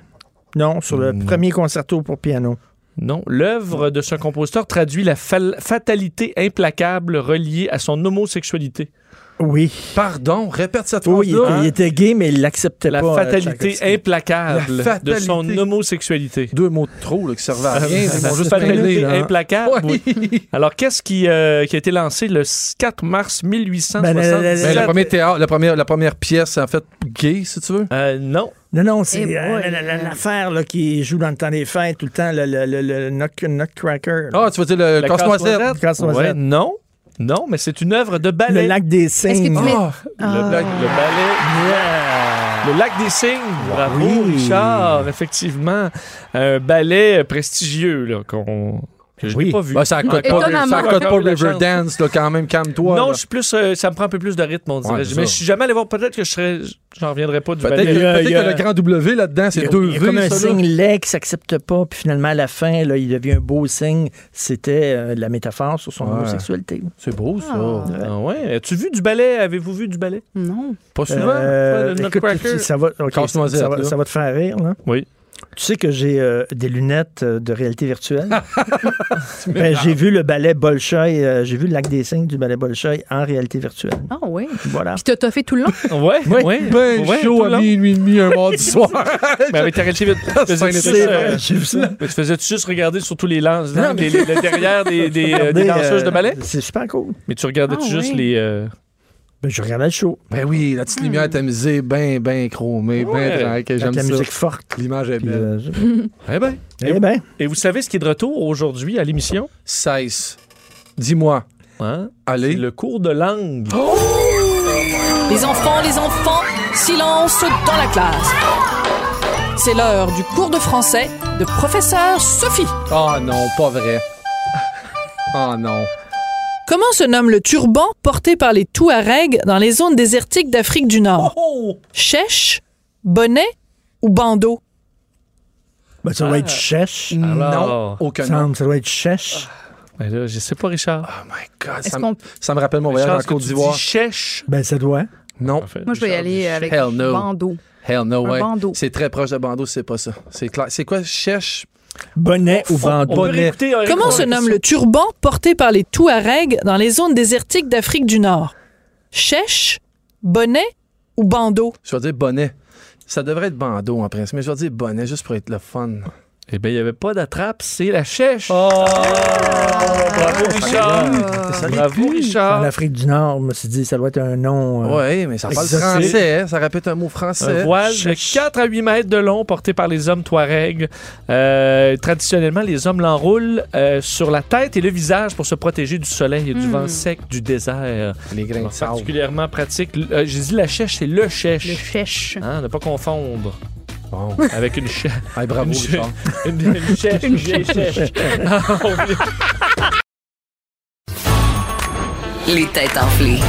S6: Non, sur le
S5: Mm.
S6: premier concerto pour piano.
S3: Non, l'œuvre de ce compositeur traduit la fal- fatalité implacable reliée à son homosexualité.
S6: Oui.
S5: Pardon, répète cette
S6: Oui, il,
S5: phrase-là.
S6: il était gay, mais il l'acceptait
S3: La
S6: pas. euh,
S3: fatalité
S6: Tchaïkovski.
S3: implacable
S5: La
S3: de son
S5: fatalité.
S3: homosexualité.
S5: Deux mots de trop là, qui servent à rien. Ils
S3: La
S5: vont juste
S3: fatalité
S6: mêler, là, hein.
S3: implacable.
S5: Oui.
S3: oui. Alors, qu'est-ce qui, euh, qui a été lancé le 4 mars 1877?
S6: Ben, la- la- la-
S5: Mais le premier théâtre, la première, la première pièce, en fait, gay, si tu veux.
S3: Euh, non.
S6: Non, non, c'est
S4: Eh
S6: euh,
S4: boy.
S6: la- la- l'affaire là, qui joue dans le temps des fêtes, tout le temps, le, le, le, le knock- Nutcracker. là.
S5: Ah, tu veux dire le
S3: La
S5: casse-noisette?
S6: Le Casse-Noisette.
S3: Ouais, non. Non, mais c'est une œuvre de
S6: Le
S3: ballet.
S6: lac des
S4: Est-ce que tu
S6: signes.
S4: mets-
S5: Ah,
S4: Ah.
S3: Le, lac- le ballet. Le lac des signes. Bravo,
S6: Ah Oui.
S3: Richard. Effectivement, un ballet prestigieux là, qu'on... que je n'ai
S6: Oui. Ah,
S3: pas vu.
S5: Ben, ça cote pas,
S4: Étonnamment.
S5: ça cote pas
S3: Encore de la
S5: Riverdance, là, quand même, calme-toi.
S3: non,
S5: là.
S3: je suis plus, euh, ça me prend un peu plus de rythme, on dirait.
S5: c'est
S3: mais
S5: ça.
S3: je suis jamais allé voir. Peut-être que je serais, j'en reviendrai pas du
S5: Peut-être que,
S3: ballet.
S6: Ben, Il y a-
S5: peut-être
S6: il y a-
S5: que le grand W là-dedans, c'est deux
S6: Il y a
S5: V.
S6: comme un
S5: ça, là.
S6: signe laid qui s'accepte pas, puis finalement, à la fin, là, il devient un beau signe. C'était euh, de la métaphore sur son
S5: Ouais.
S6: homosexualité.
S5: C'est beau, ça.
S3: Ah ouais. As-tu vu du ballet? Avez-vous vu du ballet?
S4: Non.
S5: Pas souvent.
S6: Euh,
S3: le
S6: écoute,
S3: Nutcracker.
S6: tu- ça va, ok, ça,
S5: Casse-noisette,
S6: ça va,
S5: là.
S6: ça va te faire rire, là.
S3: Oui.
S6: Tu sais que j'ai euh, des lunettes euh, de réalité virtuelle. Ben, j'ai vu le ballet Bolshoi, euh, j'ai vu le lac des signes du ballet Bolshoi en réalité virtuelle.
S4: Ah oui.
S6: Voilà.
S4: Puis t'as toffé tout le long?
S3: Ouais, ouais.
S5: Ben
S3: Ouais, tout
S5: chaud
S3: le
S5: à
S3: long.
S5: minuit et demi un mardi soir.
S3: Mais avec ta réalité virtuelle, tu faisais juste,
S6: C'est
S3: euh,
S6: vrai, j'ai vu ça.
S3: mais tu faisais juste regarder sur tous les lances,
S6: Non,
S3: les, les- le derrière des, des, euh, des
S6: Regardez,
S3: danseuses
S6: euh,
S3: de ballet.
S6: C'est super cool.
S3: Mais tu regardais
S4: Ah
S3: juste
S4: oui.
S3: les. euh,
S6: Ben, je regardais le show
S5: ben oui, la petite lumière tamisée, ben, ben chromée,
S3: Ouais.
S5: ben tranquille.
S6: avec
S5: J'aime
S6: la
S5: ça.
S6: musique forte.
S5: L'image est
S6: Puis,
S5: belle.
S6: euh, je-
S3: Eh ben.
S6: eh ben,
S3: Et vous savez ce qui est de retour aujourd'hui à l'émission?
S5: 16. Dis-moi,
S3: Hein? Oh!
S5: allez.
S3: Le cours de langue.
S11: Les enfants, les enfants, silence dans la classe. C'est l'heure du cours de français de professeur Sophie.
S5: Ah non, pas vrai. Ah non.
S11: Comment se nomme le turban porté par les Touaregs dans les zones désertiques d'Afrique du Nord?
S5: Oh,
S11: Chèche, bonnet ou bandeau?
S6: ben, ça doit être chèche.
S3: Alors-
S5: Non, aucun nom.
S6: Semble, Ça doit être chèche.
S3: Ben là, je sais pas, Richard.
S5: Oh my God,
S4: Est-ce
S5: ça,
S4: qu'on.
S5: me- ça me rappelle mon voyage
S3: Richard,
S5: en
S3: est-ce que
S5: Côte
S3: tu
S5: d'Ivoire.
S3: dis chèche.
S6: Ben, ça doit.
S5: Non.
S3: Parfait.
S4: Moi, je vais y aller avec
S5: Hell no.
S4: bandeau.
S5: Hell no
S4: Un
S5: way.
S4: bandeau.
S5: C'est très proche de bandeau, c'est pas ça. C'est clair. C'est quoi? Chèche.
S6: Bonnet ou
S3: On
S6: bandeau.
S3: peut réécouter, euh,
S11: Comment se
S3: réécouter.
S11: nomme le turban porté par les Touaregs dans les zones désertiques d'Afrique du Nord? Chèche, bonnet ou bandeau?
S5: Je vais dire bonnet. Ça devrait être bandeau en principe, mais je vais dire bonnet juste pour être le fun.
S3: Eh bien, il n'y avait pas d'attrape, c'est la chèche. bravo,
S6: Ah!
S3: Richard.
S6: Ça l'est
S3: Bravo,
S6: plus.
S3: Richard.
S6: En Afrique du Nord, je me suis dit, ça doit être un nom. euh,
S5: Oui, mais ça parle
S6: exotique.
S5: français, hein, ça répète un mot français.
S3: Un voile de 4 à 8 mètres de long porté par les hommes Touareg. Euh, traditionnellement, les hommes l'enroulent euh, sur la tête et le visage pour se protéger du soleil et du
S4: Mm.
S3: vent sec du désert.
S5: Les grains de
S3: Alors,
S5: sable.
S3: particulièrement pratique. l- euh, J'ai dit la chèche, c'est le
S4: Le
S3: chèche.
S4: chèche.
S3: Hein, ne pas confondre
S5: Bon.
S3: avec une chèche.
S5: Hey, bravo,
S3: Une
S5: Richard.
S3: Une, une chèche, une vieille chèche.
S1: Les têtes enflées.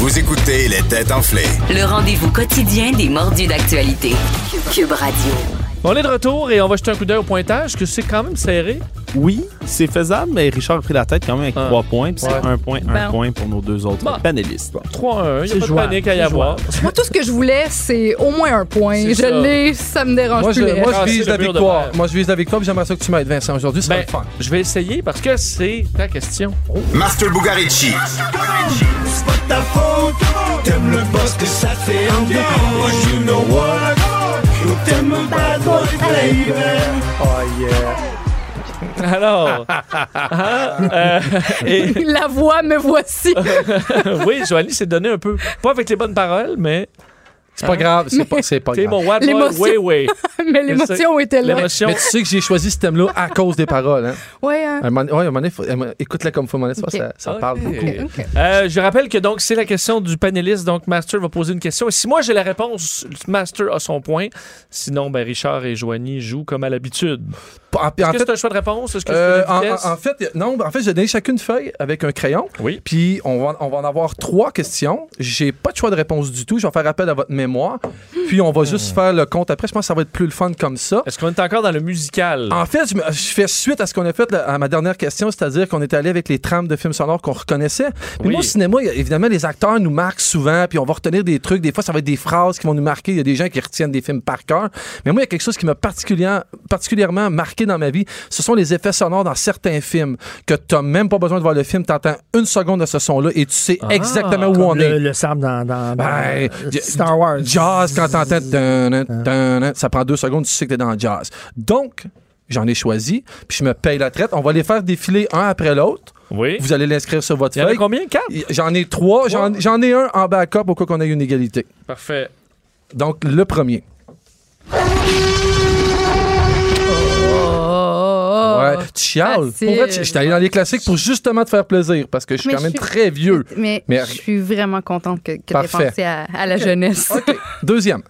S2: Vous écoutez les têtes enflées.
S1: Le rendez-vous quotidien des mordus d'actualité. Cube Radio.
S3: On est de retour et on va jeter un coup d'œil au pointage, que c'est quand même serré.
S9: Oui, c'est faisable, mais Richard a pris la tête quand même avec
S3: Ah.
S9: trois points. Puis
S3: Ouais.
S9: c'est un point, un
S4: Bon.
S9: point pour nos deux autres
S3: Bon.
S9: panélistes.
S3: 3-1, il n'y a
S6: C'est
S3: pas de
S6: jouable,
S3: panique à y
S6: c'est
S3: avoir.
S4: Moi, tout ce que je voulais, c'est au moins un point.
S3: C'est
S4: Je
S3: ça.
S4: l'ai, ça me dérange
S5: Moi,
S4: plus.
S5: je,
S4: le
S5: moi,
S4: reste.
S5: je
S3: Casser
S5: vise
S3: Ah, le
S5: la
S3: mur de
S5: victoire.
S3: verre.
S5: Moi, je vise la victoire, puis j'aimerais ça que tu m'aides, Vincent, aujourd'hui. Ça va
S3: Ben,
S5: le faire.
S3: je vais essayer parce que c'est ta question.
S2: Master Bugarici.
S3: Alors, hein, euh, et-
S4: La voix, me voici.
S3: oui, Joanie s'est donné un peu, pas avec les bonnes paroles, mais
S5: C'est pas grave, c'est pas, c'est pas
S3: tu sais,
S5: grave.
S3: hein? mon Wild Boy,
S4: L'émotion.
S3: oui, oui.
S4: Mais l'émotion était là.
S3: L'émotion.
S5: Mais tu sais que j'ai choisi ce thème-là à cause des paroles. Hein.
S4: Ouais, hein.
S5: À un moment- ouais, à un moment donné, faut- à un moment- écoute-la comme il faut, à un moment donné,
S4: Ok.
S5: ça, ça parle
S3: Ok.
S5: beaucoup.
S4: Ok.
S3: Euh, je rappelle que donc c'est la question du panéliste. Donc Master va poser une question. Et si moi j'ai la réponse, Master a son point. Sinon, ben Richard et Joanie jouent comme à l'habitude.
S5: En, en
S3: Est-ce que
S5: fait,
S3: c'est un choix de réponse Est-ce que
S5: euh,
S3: c'est
S5: en,
S3: une vitesse?
S5: en- en fait, non, en fait, j'ai donné chacune une feuille avec un crayon.
S3: Oui.
S5: Puis on va, on va en avoir trois questions. J'ai pas de choix de réponse du tout. Je vais faire appel à votre mémoire. Puis on va juste faire le compte après. Je pense que ça va être plus le fun comme ça.
S3: Est-ce qu'on est encore dans le musical
S5: En fait, je, me- je fais suite à ce qu'on a fait là, à ma dernière question, c'est-à-dire qu'on est allé avec les trames de films sonores qu'on reconnaissait. Mais
S3: Oui.
S5: moi, au cinéma, il y a- évidemment, les acteurs nous marquent souvent, puis on va retenir des trucs. Des fois, ça va être des phrases qui vont nous marquer. Il y a des gens qui retiennent des films par cœur. Mais moi, il y a quelque chose qui m'a particulièrement, particulièrement marqué dans ma vie. Ce sont les effets sonores dans certains films que tu n'as même pas besoin de voir le film. Tu entends une seconde de ce son-là et tu sais exactement où
S6: Ah, comme
S5: on est.
S6: le, le sable dans, dans- dans, euh,
S5: Ben, y-
S6: Star Wars.
S5: Jazz, quand t'entends. dun, dun, dun, dun, Ça prend deux secondes, tu sais que t'es dans le jazz. Donc, j'en ai choisi, puis je me paye la traite. On va les faire défiler un après l'autre.
S3: Oui.
S5: Vous allez l'inscrire sur votre
S3: Il y en a
S5: feuille.
S3: combien Quatre.
S5: Y- J'en ai trois. J'en j'en ai un en backup au cas qu'on ait une égalité.
S3: Parfait.
S5: Donc, le premier. Ouais, tu chiales.
S4: facile.
S5: Pour vrai, je je suis allé dans les classiques pour justement te faire plaisir parce que je suis
S4: Mais
S5: quand même
S4: je-
S5: très vieux.
S4: Mais,
S5: euh, Mais-
S4: je suis vraiment contente que, que t'aies
S5: Parfait.
S4: pensé à, à la jeunesse.
S5: Deuxième.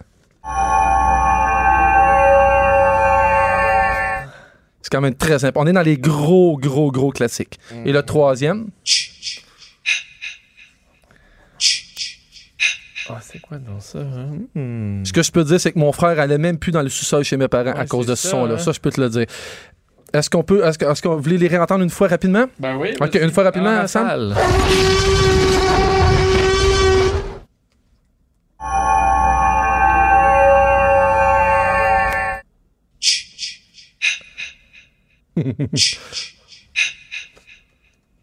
S5: C'est quand même très important. On est dans les gros, gros, gros classiques. Et le troisième,
S3: Ah, c'est quoi dans ça hein?
S5: ce que je peux dire, c'est que mon frère allait même plus dans le sous-sol chez mes parents
S3: Ouais,
S5: à cause
S3: c'est
S5: de ce
S3: ça,
S5: son-là.
S3: hein.
S5: Ça, je peux te le dire. Est-ce qu'on peut. Est-ce que- est-ce qu'on voulait les réentendre une fois rapidement?
S3: Ben oui.
S5: Ok, une fois rapidement, Sam?
S3: ensemble.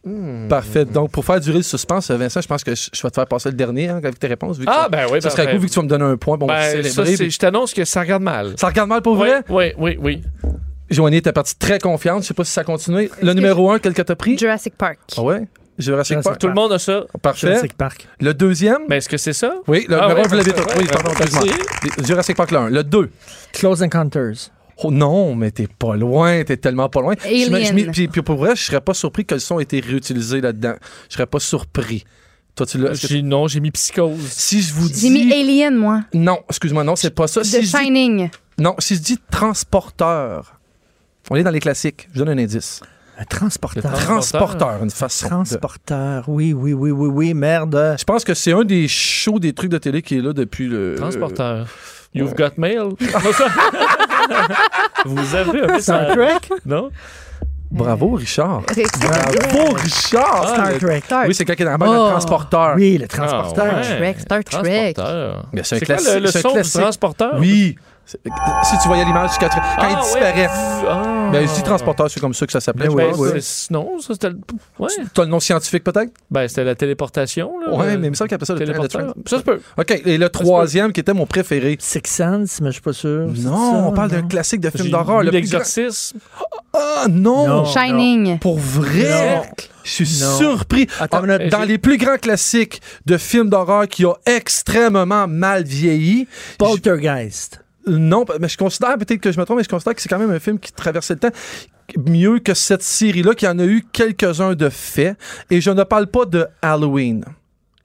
S3: Mhm.
S5: Parfait. Donc, pour faire durer le suspense, Vincent, je pense que je je vais te faire passer le dernier hein, avec tes réponses. Vu que
S3: Ah
S5: ça-
S3: ben oui.
S5: ça serait
S3: parfait.
S5: cool vu que tu vas me donner un point. Bon, on va
S3: Ben, ça,
S5: célébrer.
S3: c'est- je t'annonce que ça regarde mal.
S5: Ça regarde mal pour vrai?
S3: Oui, oui, oui.
S5: Joanie était partie très confiante. Je sais pas si ça continue. Le numéro un, quel que t'as pris?
S4: Jurassic Park.
S5: Ah ouais? Jurassic
S6: Jurassic
S5: Park.
S3: Tout le monde a ça.
S5: Parfait.
S6: Jurassic Park.
S5: Le deuxième.
S3: Mais est-ce que c'est ça?
S5: Oui, le
S3: Ah
S5: numéro
S3: ouais,
S5: un, vous l'avez
S3: parfait,
S5: trouvé. Oui,
S3: ouais,
S5: pardon,
S3: merci.
S5: excuse-moi. Jurassic Park le 1. Le 2.
S6: Close Encounters.
S5: Oh non, mais t'es pas loin, t'es tellement pas loin. Je me- je m'y-
S4: Alien.
S5: puis, puis pour vrai, je serais pas surpris que le son ait été réutilisé là-dedans. Je serais pas surpris. Toi, tu l'as. est-ce que-
S3: J'ai- Non, j'ai mis psychose.
S5: Si je vous
S4: J'ai
S5: dis.
S4: mis Alien, moi.
S5: Non, excuse-moi, non, c'est pas ça.
S4: The
S5: Si je dis...
S4: Shining.
S5: Non, si je dis transporteur, on est dans les classiques. Je vous donne un indice.
S6: Un transporteur.
S3: Le
S5: Transporteur, une façon. de- Ah,
S6: Transporteur. Oui, oui, oui, oui, oui. Merde.
S5: Je pense que c'est un des shows des trucs de télé qui est là depuis le.
S3: Transporteur. You've got mail. Vous avez un message.
S6: Star Trek?
S3: Non?
S5: Bravo, Richard. Bravo, Richard.
S6: Star Trek.
S5: Oui, c'est quand il est dans la main, le
S4: Oh.
S5: transporteur.
S6: Oui, le
S3: Ah,
S6: transporteur.
S3: ouais.
S4: Trek, Star Trek.
S3: Transporteur.
S5: Mais c'est un
S3: C'est quoi
S5: classique,
S3: le, le
S5: c'est un
S3: son du
S5: classique.
S3: transporteur?
S5: Oui, C'est- Si tu voyais l'image, tu catcherais. Quand
S3: Ah,
S5: il
S3: ouais.
S5: disparaît.
S3: Ah.
S5: Ben, je dis transporteur, c'est comme ça que ça s'appelait.
S3: Ben
S5: je
S3: oui,
S5: pense.
S3: c'est- Non, ça c'était le. Ouais.
S5: T'as le nom scientifique peut-être?
S3: Ben, c'était la téléportation. Là,
S5: Ouais,
S3: Euh,
S5: mais il me semble qu'il appelait ça le
S3: téléporteur.
S5: train de train.
S3: Ça se peut.
S5: OK, et le troisième qui était mon préféré. Six Sense, mais je suis pas sûr.
S6: C'est
S5: Non,
S6: ça,
S5: on parle
S6: non?
S5: d'un classique de film
S6: J'ai
S5: d'horreur.
S6: mis
S5: le plus
S3: L'exorcisme.
S5: grand- Ah non!
S6: Non,
S3: Oh,
S4: Shining.
S5: Pour vrai?
S6: Non.
S5: Je suis
S6: Non.
S5: surpris.
S6: Attends,
S5: On a-
S6: euh,
S5: dans
S6: j'ai-
S5: les plus grands classiques de films d'horreur qui ont extrêmement mal vieilli. Poltergeist. Non, mais je considère, peut-être que je me trompe, mais je considère que c'est quand même un film qui traversait le temps mieux que cette série-là, qui en a eu quelques-uns de faits. Et je ne parle pas de Halloween.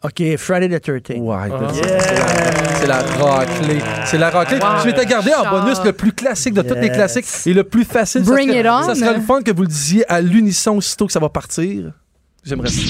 S5: OK, Friday the 13th. Ouais, c'est- c'est la- c'est la raclée. C'est la raclée. je m'étais gardé en bonus le plus classique de tous les
S6: Yes.
S5: classiques et le plus facile.
S4: Bring
S5: ça serait,
S4: it on.
S5: Ça serait le fun que vous le disiez à l'unisson aussitôt que ça va partir. J'aimerais ça.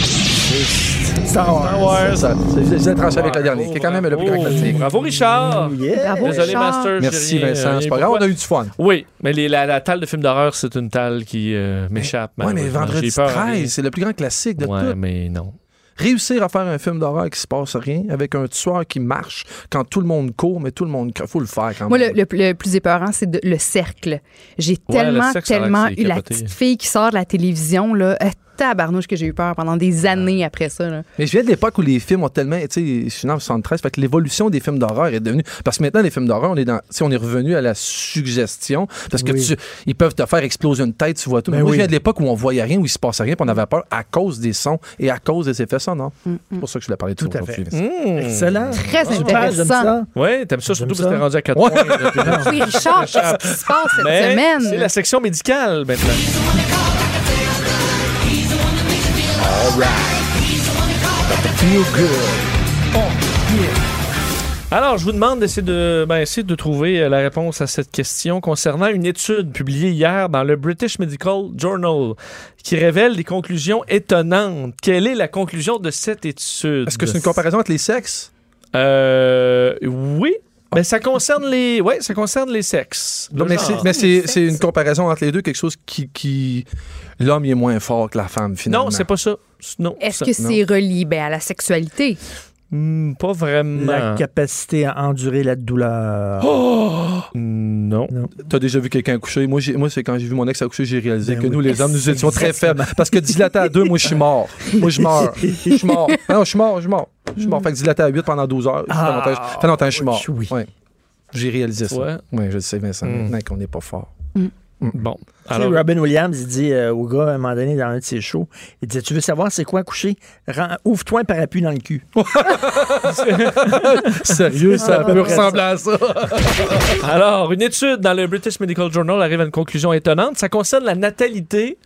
S5: Star Wars. Ça, Oh. c'est- Vous êtes tranché avec la dernière, qui est quand même le plus grand classique.
S3: Bravo, Richard.
S6: Oh,
S4: Bravo,
S3: Désolé,
S4: Richard.
S3: Master. j'ai
S5: Merci,
S3: rien-
S5: Vincent.
S3: rien
S5: C'est pas
S3: pour
S5: grave,
S3: toi.
S5: on a eu du fun.
S3: Oui, mais les- la, la talle de films d'horreur, c'est une talle qui euh, m'échappe.
S5: Ben Oui, mais
S3: malheureusement.
S5: vendredi
S3: J'ai peur,
S5: 13, c'est le plus grand classique de
S3: Ouais,
S5: tout.
S3: mais non.
S5: Réussir à faire un film d'horreur qui se passe rien, avec un tueur qui marche quand tout le monde court, mais tout le monde. Il faut le faire quand même.
S4: Moi, le, le- le plus épeurant, c'est de- le cercle. J'ai
S5: Ouais,
S4: tellement,
S5: le cercle, ça a l'air
S4: tellement
S5: que c'est
S4: eu la
S5: capoté.
S4: petite fille qui sort de la télévision, là. Euh, tabarnouche que j'ai eu peur pendant des années après ça, là.
S5: Mais je viens de l'époque où les films ont tellement. Tu sais, je suis né en 73, fait que l'évolution des films d'horreur est devenue. Parce que maintenant, les films d'horreur, on est dans. tu sais, on est revenu à la suggestion. Parce que
S6: Oui.
S5: tu- ils peuvent te faire exploser une tête, tu vois tout. Mais
S6: Ben
S5: moi, je
S6: oui.
S5: viens de l'époque où on voyait rien, où il se passait rien, puis on avait peur à cause des sons et à cause des effets sonores. C'est pour ça que je voulais parler de
S6: Mm, Tout
S5: ça
S6: à fait.
S5: aujourd'hui.
S6: Excellent.
S4: Très
S6: Super,
S4: intéressant.
S6: j'aime ça.
S3: Oui, t'aimes ça surtout
S6: J'aime
S3: parce que t'es
S6: ça.
S3: rendu à 4
S5: Ouais.
S3: points.
S4: Oui, Richard, qu'est-ce qui se passe cette
S3: Mais
S4: semaine?
S3: C'est la section médicale maintenant. Alors, je vous demande d'essayer de, ben, essayer de trouver euh, la réponse à cette question concernant une étude publiée hier dans le British Medical Journal qui révèle des conclusions étonnantes. Quelle est la conclusion de cette étude?
S5: Est-ce que c'est une comparaison entre les sexes?
S3: Euh, oui. Mais ça concerne les, ouais, ça concerne les sexes.
S5: Non,
S3: Le
S5: mais
S3: genre.
S5: c'est- mais c'est c'est une comparaison entre les deux, quelque chose qui. qui... L'homme il est moins fort que la femme, finalement.
S3: Non, c'est pas ça. Non.
S4: Est-ce
S3: ça-
S4: que
S5: non.
S4: c'est relié ben, à la sexualité?
S3: Hmm, pas vraiment.
S6: La capacité à endurer la douleur.
S3: Non.
S5: T'as déjà vu quelqu'un coucher. Moi, j'ai- moi c'est quand j'ai vu mon ex accoucher, j'ai réalisé
S6: Ben
S5: que
S6: oui.
S5: nous, les hommes, nous étions très
S6: Exactement.
S5: faibles. Parce que dilaté à deux, moi, je suis mort. Moi, je meurs. Je suis mort. Ah Non, je suis mort, je suis mort. Je suis mort. Fait que dilaté à 8 pendant 12 heures. Ça fait longtemps- ça fait longtemps que je suis mort.
S6: Oui.
S5: Ouais. J'ai réalisé ça.
S3: Ouais.
S5: Oui, je le sais, Vincent.
S3: Mm.
S5: Maintenant qu'on n'est pas fort.
S3: Hmm. Bon.
S6: Tu sais,
S3: Alors,
S6: Robin Williams, il dit euh, au gars, à un moment donné, dans un de ses shows, il disait Tu veux savoir c'est quoi coucher Ren- Ouvre-toi un parapluie dans le cul.
S5: Sérieux, ça peut ressembler à ça.
S3: Alors, une étude dans le British Medical Journal arrive à une conclusion étonnante. Ça concerne la natalité.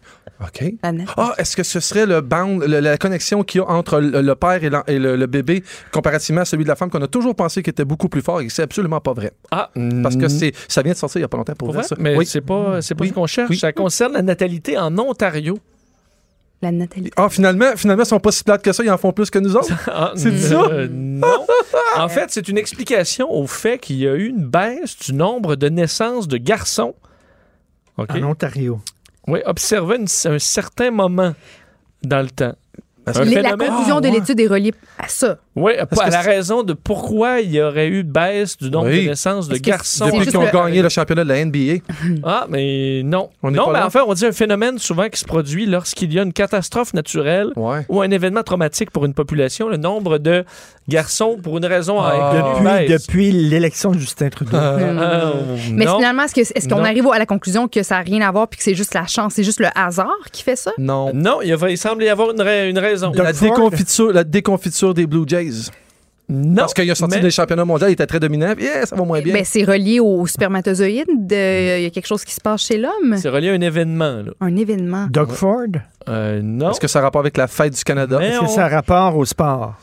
S5: OK.
S4: La na-
S5: Ah, est-ce que ce serait le bound, le- la connexion qu'il y a entre le, le père et, l'en- et le, le bébé comparativement à celui de la femme qu'on a toujours pensé qu'il était beaucoup plus fort et que c'est absolument pas vrai?
S3: Ah,
S5: Parce que c'est, ça vient de sortir il y a pas longtemps pour,
S3: Pour
S5: vrai,
S3: vrai?
S5: ça.
S3: Mais
S5: Oui.
S3: c'est pas, c'est pas ce qu'on cherche.
S5: Oui.
S3: Ça concerne la natalité en Ontario.
S4: La natalité.
S5: Ah, finalement, finalement, ils sont pas si plates que ça, ils en font plus que nous autres.
S3: Ah,
S5: C'est
S3: euh,
S5: ça?
S3: Non. En fait, c'est une explication au fait qu'il y a eu une baisse du nombre de naissances de garçons. OK.
S6: En Ontario.
S3: Oui, observé une- un certain moment dans le temps.
S5: Parce
S3: Un
S4: Les- La
S3: phénomène- Ah,
S4: conclusion de
S5: ouais.
S4: l'étude est reliée à ça.
S3: Oui, à
S5: que
S3: la
S5: c'est-
S3: raison de pourquoi il y aurait eu baisse du nombre
S5: Oui.
S3: de naissances de
S4: Est-ce que
S3: garçons.
S4: c'est
S5: Depuis
S4: juste
S5: qu'ils ont
S4: le-
S5: gagné le championnat de la NBA.
S3: Ah, mais non.
S5: On n'est
S3: non,
S5: pas
S3: mais
S5: là.
S3: en fait, on dit un phénomène souvent qui se produit lorsqu'il y a une catastrophe naturelle
S5: Ouais.
S3: ou un événement traumatique pour une population. Le nombre de garçons, pour une raison,
S5: Ah.
S3: a
S6: Depuis, depuis l'élection de Justin Trudeau.
S4: Mais finalement, est-ce que- est-ce qu'on
S3: Ah, Non.
S4: arrive à la conclusion que ça n'a rien à voir puis que c'est juste la chance, c'est juste le hasard qui fait ça?
S5: Non.
S3: Non, il, y avait- il semble y avoir une, ra- une raison.
S5: La déconfiture, la déconfiture des Blue Jays.
S3: Non,
S5: Parce qu'il a sorti
S3: mais-
S5: des championnats mondiaux, il était très dominant. Yeah, ça va moins bien.
S4: Ben, c'est relié aux spermatozoïdes. de- Il y a quelque chose qui se passe chez l'homme.
S3: C'est relié à un événement. Là.
S4: Un événement.
S6: Doug Ford,
S3: Euh, non.
S5: Est-ce que ça a rapport avec la fête du Canada?
S3: Mais
S6: est-ce
S3: on-
S6: que ça a rapport au sport?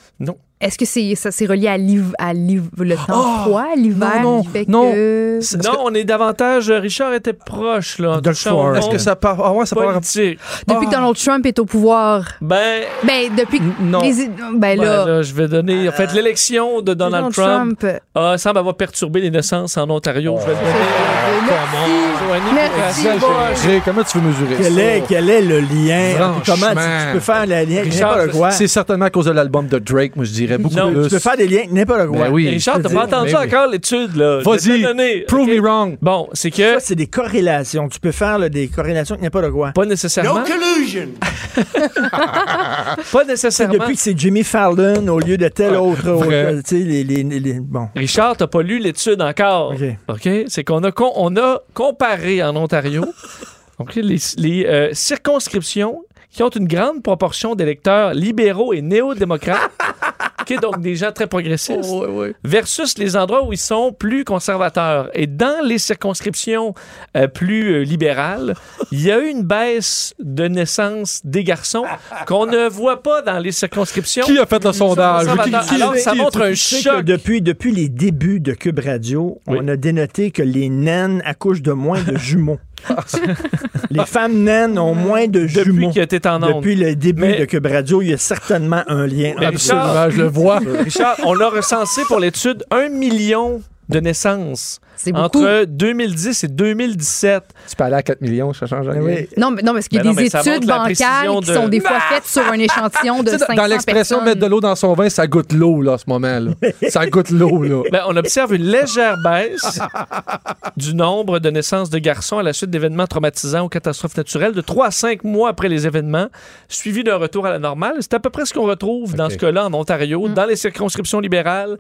S4: Est-ce que c'est ça c'est relié à, l'hiv- à l'hiv- le temps
S5: Oh!
S4: froid, l'hiver
S5: Non,
S4: qui fait
S5: non,
S4: que-
S5: Est-ce que-
S3: Non, on est davantage. euh, Richard était proche, là. en
S6: Doug
S3: touchant au
S6: Ford.
S5: Est-ce
S3: monde
S5: que ça part. Ah ouais, ça part.
S3: politique.
S4: Depuis que Donald Trump est au pouvoir.
S3: Ben,
S4: Ben depuis que
S5: Non.
S4: les- ben là, euh,
S3: ben là, je vais donner. En fait, l'élection de Donald,
S4: Donald
S3: Trump,
S4: Trump.
S3: Ah, semble avoir perturbé les naissances en Ontario. Je vais le donner.
S4: Merci.
S3: Joanie,
S4: Merci, boy.
S5: Hey, comment tu veux mesurer
S6: Quel
S5: ça?
S6: est, quel est le lien?
S5: Franchement.
S6: Comment tu, tu peux faire le lien?
S3: Richard,
S6: N'importe quoi.
S5: C'est certainement à cause de l'album de Drake, moi je dirais. dirais beaucoup
S6: Non,
S5: plus.
S6: tu peux faire des liens n'importe quoi.
S5: Ben oui.
S3: Richard, t'as pas entendu
S5: Ben oui.
S3: encore l'étude, là. Je
S5: Vas-y,
S3: l'ai donnée.
S5: prove
S3: Ok.
S5: me wrong.
S3: Bon, c'est que.
S6: Ça, c'est des corrélations. Tu peux faire là, des corrélations avec n'importe quoi.
S3: Pas nécessairement.
S10: collusion!
S3: Pas
S6: C'est
S3: nécessairement.
S6: depuis que c'est Jimmy Fallon au lieu de tel autre. autre-
S3: vrai.
S6: tu sais, les, les- les- les- bon.
S3: Richard, t'as pas lu l'étude encore.
S6: OK.
S3: OK? C'est qu'on a, con- on a comparé en Ontario OK, les, les, euh, circonscriptions qui ont une grande proportion d'électeurs libéraux et néo-démocrates, OK, donc des gens très progressistes,
S5: Oh,
S3: versus les endroits où ils sont plus conservateurs. Et dans les circonscriptions euh, plus euh, libérales, il y a eu une baisse de naissance des garçons qu'on ne voit pas dans les circonscriptions.
S5: Qui a fait le sondage?
S3: conservateurs.
S5: Qui- qui-
S3: Alors, ça
S5: qui-
S3: montre un
S6: Tu sais que
S3: choc.
S6: depuis, depuis les débuts de Cube Radio,
S3: Oui.
S6: on a dénoté que les naines accouchent de moins de jumeaux. les femmes naines ont moins de
S3: Depuis
S6: jumeaux.
S3: que t'es en onde.
S6: Depuis le début
S3: Mais-
S6: de Cube Radio, il y a certainement un lien.
S3: Mais
S6: absolu.
S3: Richard,
S5: Ah, je le vois.
S3: Richard, on a recensé pour l'étude un million de naissances
S4: C'est beaucoup.
S3: entre 2010 et 2017.
S5: tu peux aller à 4 millions, ça change rien.
S6: Oui.
S4: Non, mais, non, parce qu'il y a
S3: Ben non,
S4: des
S3: mais ça
S4: études
S3: montre la
S4: bancales
S3: précision
S4: qui
S3: de-
S4: sont des fois faites sur un échantillon de
S5: Tu sais,
S4: 500
S5: dans- dans l'expression
S4: personnes.
S5: mettre de l'eau dans son vin, ça goûte l'eau, là, en ce moment. Là. ça goûte l'eau, là.
S3: Ben, on observe une légère baisse du nombre de naissances de garçons à la suite d'événements traumatisants ou catastrophes naturelles de 3 à 5 mois après les événements, suivi d'un retour à la normale. C'est à peu près ce qu'on retrouve dans
S5: Ok.
S3: ce cas-là en Ontario,
S4: Mm.
S3: dans les circonscriptions libérales,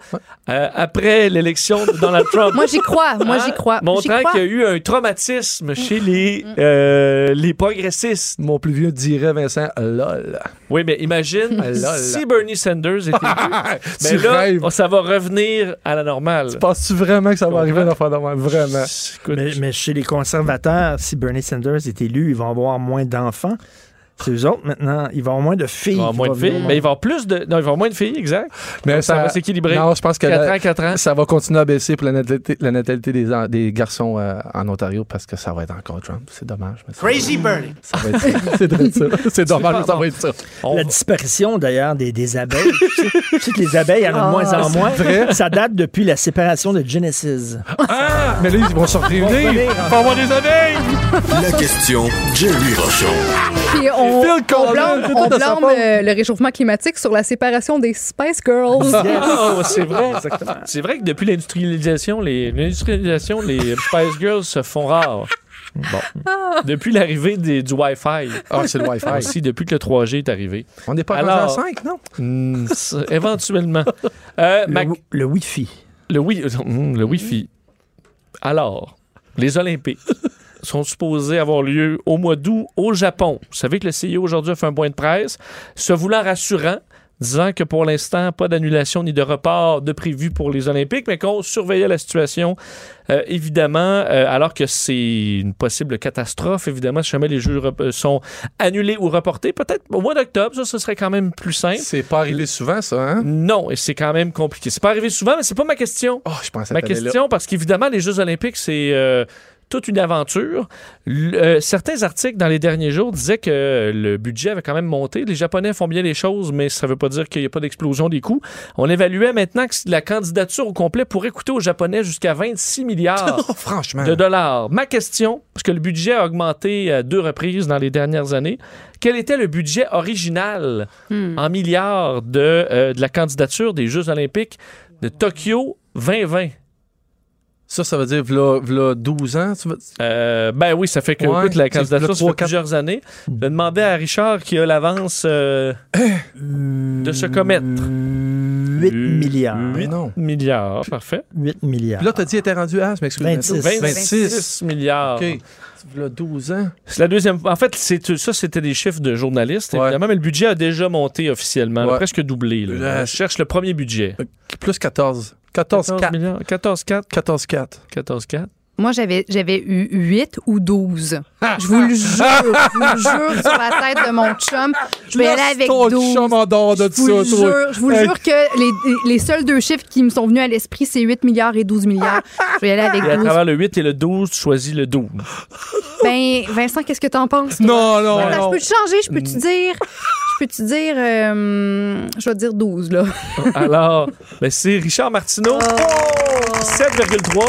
S3: euh, après l'élection de Donald Trump. Hein?
S4: Moi, j'y crois. Moi, j'y crois. J'y
S3: Montrant
S4: crois. Mm.
S3: qu'il y a eu un traumatisme chez les, euh, les progressistes.
S5: Mon plus vieux dirait, Vincent, lol.
S3: Oui, mais imagine
S5: Ah, lol.
S3: si Bernie Sanders était élu.
S5: tu
S3: Mais là,
S5: rêves.
S3: oh, ça va revenir à la normale.
S5: Penses-tu vraiment que ça va arriver, l'enfant de moi? Vraiment.
S3: Écoute,
S6: Mais, mais chez les conservateurs, si Bernie Sanders est élu, ils vont avoir moins d'enfants. C'est eux autres maintenant. Ils vont avoir moins de filles.
S3: il va y avoir
S6: qui
S3: moins de
S6: vont venir.
S3: filles. Mais il va y avoir plus de. Non, il va y avoir moins de filles, exact.
S5: Mais
S3: Donc, ça va s'équilibrer.
S5: Non, je pense que
S3: 4
S5: la-
S3: ans, 4 ans.
S5: ça va continuer à baisser pour la natalité, la natalité des, en- des garçons euh, en Ontario parce que ça va être encore Trump. C'est dommage. mais ça-
S10: Crazy Bernie!
S5: ça va être ça. C'est drôle, ça. C'est dommage, mais ça va être ça.
S3: On-
S6: La disparition d'ailleurs des, des abeilles. tu sais- tu sais que les abeilles, il y en a de moins
S3: Ah,
S6: en moins. Ça date depuis la séparation de Genesis.
S5: Ah! Mais là, ils vont se réunir.
S6: revenir.
S5: Ils vont avoir des abeilles.
S2: La question Jerry Rochon.
S4: Puis on,
S5: Phil
S4: on
S5: Collins,
S4: blâme,
S5: c'est
S4: on
S5: tout de sa
S4: blâme,
S5: faute.
S4: euh, le réchauffement climatique sur la séparation des Spice Girls.
S3: Ah, ouais, c'est vrai. C'est vrai que depuis l'industrialisation, les, l'industrialisation, les Spice Girls se font rares. Bon. Depuis l'arrivée des- du Wi-Fi.
S5: Ah, c'est le Wi-Fi.
S3: Aussi, depuis que le 3G est arrivé.
S5: On n'est pas
S3: Alors-
S5: rendu à 5, non?
S3: Hmm, c'est- éventuellement. Euh,
S6: Le,
S3: Mac-
S6: wi- le Wi-Fi.
S3: Le, wi- euh, hum, le Wi-Fi. Alors, les Olympiques sont supposés avoir lieu au mois d'août au Japon. Vous savez que le CIO aujourd'hui a fait un point de presse, se voulant rassurant, disant que pour l'instant, pas d'annulation ni de report de prévu pour les Olympiques, mais qu'on surveillait la situation, euh, évidemment, euh, alors que c'est une possible catastrophe, évidemment, si jamais les Jeux rep- euh, sont annulés ou reportés, peut-être au mois d'octobre, ça, ce serait quand même plus simple.
S5: C'est pas arrivé souvent, ça, hein?
S3: Non, et c'est quand même compliqué. C'est pas arrivé souvent, mais c'est pas ma question.
S5: Oh, je pensais
S3: Ma
S5: que t'allais là.
S3: question, parce qu'évidemment, les Jeux olympiques, c'est euh, toute une aventure. L- euh, certains articles dans les derniers jours disaient que le budget avait quand même monté. Les Japonais font bien les choses, mais ça ne veut pas dire qu'il n'y a pas d'explosion des coûts. On évaluait maintenant que la candidature au complet pourrait coûter aux Japonais jusqu'à 26 milliards
S5: Oh, franchement.
S3: de dollars. Ma question, parce que le budget a augmenté à deux reprises dans les dernières années, quel était le budget original en milliards de, euh, de la candidature des Jeux olympiques de Tokyo 2020?
S5: Ça, ça veut dire v'là, v'là 12 ans. Tu veux...
S3: Euh, ben oui, ça fait que
S5: Ouais,
S3: écoute, la
S5: c'est
S3: candidature,
S5: le
S3: ça
S5: trois,
S3: fait
S5: quatre. Hmm.
S3: plusieurs années. Je vais demander à Richard qui a l'avance euh,
S5: Euh,
S3: de se commettre.
S6: 8 milliards.
S5: Mais Ah non.
S3: Milliards, parfait.
S6: 8 milliards.
S5: Puis là, t'as dit, était rendu à, je m'excuse.
S6: 26.
S3: 26 milliards.
S5: OK. V'là 12 ans.
S3: C'est la deuxième. En fait, c'est ça, c'était des chiffres de journalistes,
S5: Ouais.
S3: évidemment, mais le budget a déjà monté officiellement, là,
S5: Ouais.
S3: presque doublé. Là.
S5: Ouais.
S3: On cherche le premier budget.
S5: Plus 14. 14, 4.
S3: milliards. 14, 4.
S5: 14, 4.
S3: 14, 4.
S4: Moi, j'avais j'avais eu 8 ou 12.
S5: Ah.
S4: Je vous le jure, je vous le jure sur la tête de mon chum. Je vais aller avec 12.
S5: chum en dehors de
S4: Je vous, le
S5: ça, toi.
S4: jure, je vous le
S5: Hey.
S4: jure que les, les seuls deux chiffres qui me sont venus à l'esprit, c'est 8 milliards et 12 milliards. Je vais y aller
S3: Et à
S4: avec 12.
S3: travers le 8 et le 12, tu choisis le 12.
S4: Ben, Vincent, qu'est-ce que t'en penses? toi?
S5: Non, Mm. non,
S4: Attends,
S5: non.
S4: je peux te changer, je peux te dire. Je peux te dire. euh, je vais te dire 12, là.
S3: Alors, ben, c'est Richard Martineau.
S4: Oh.
S3: 7,3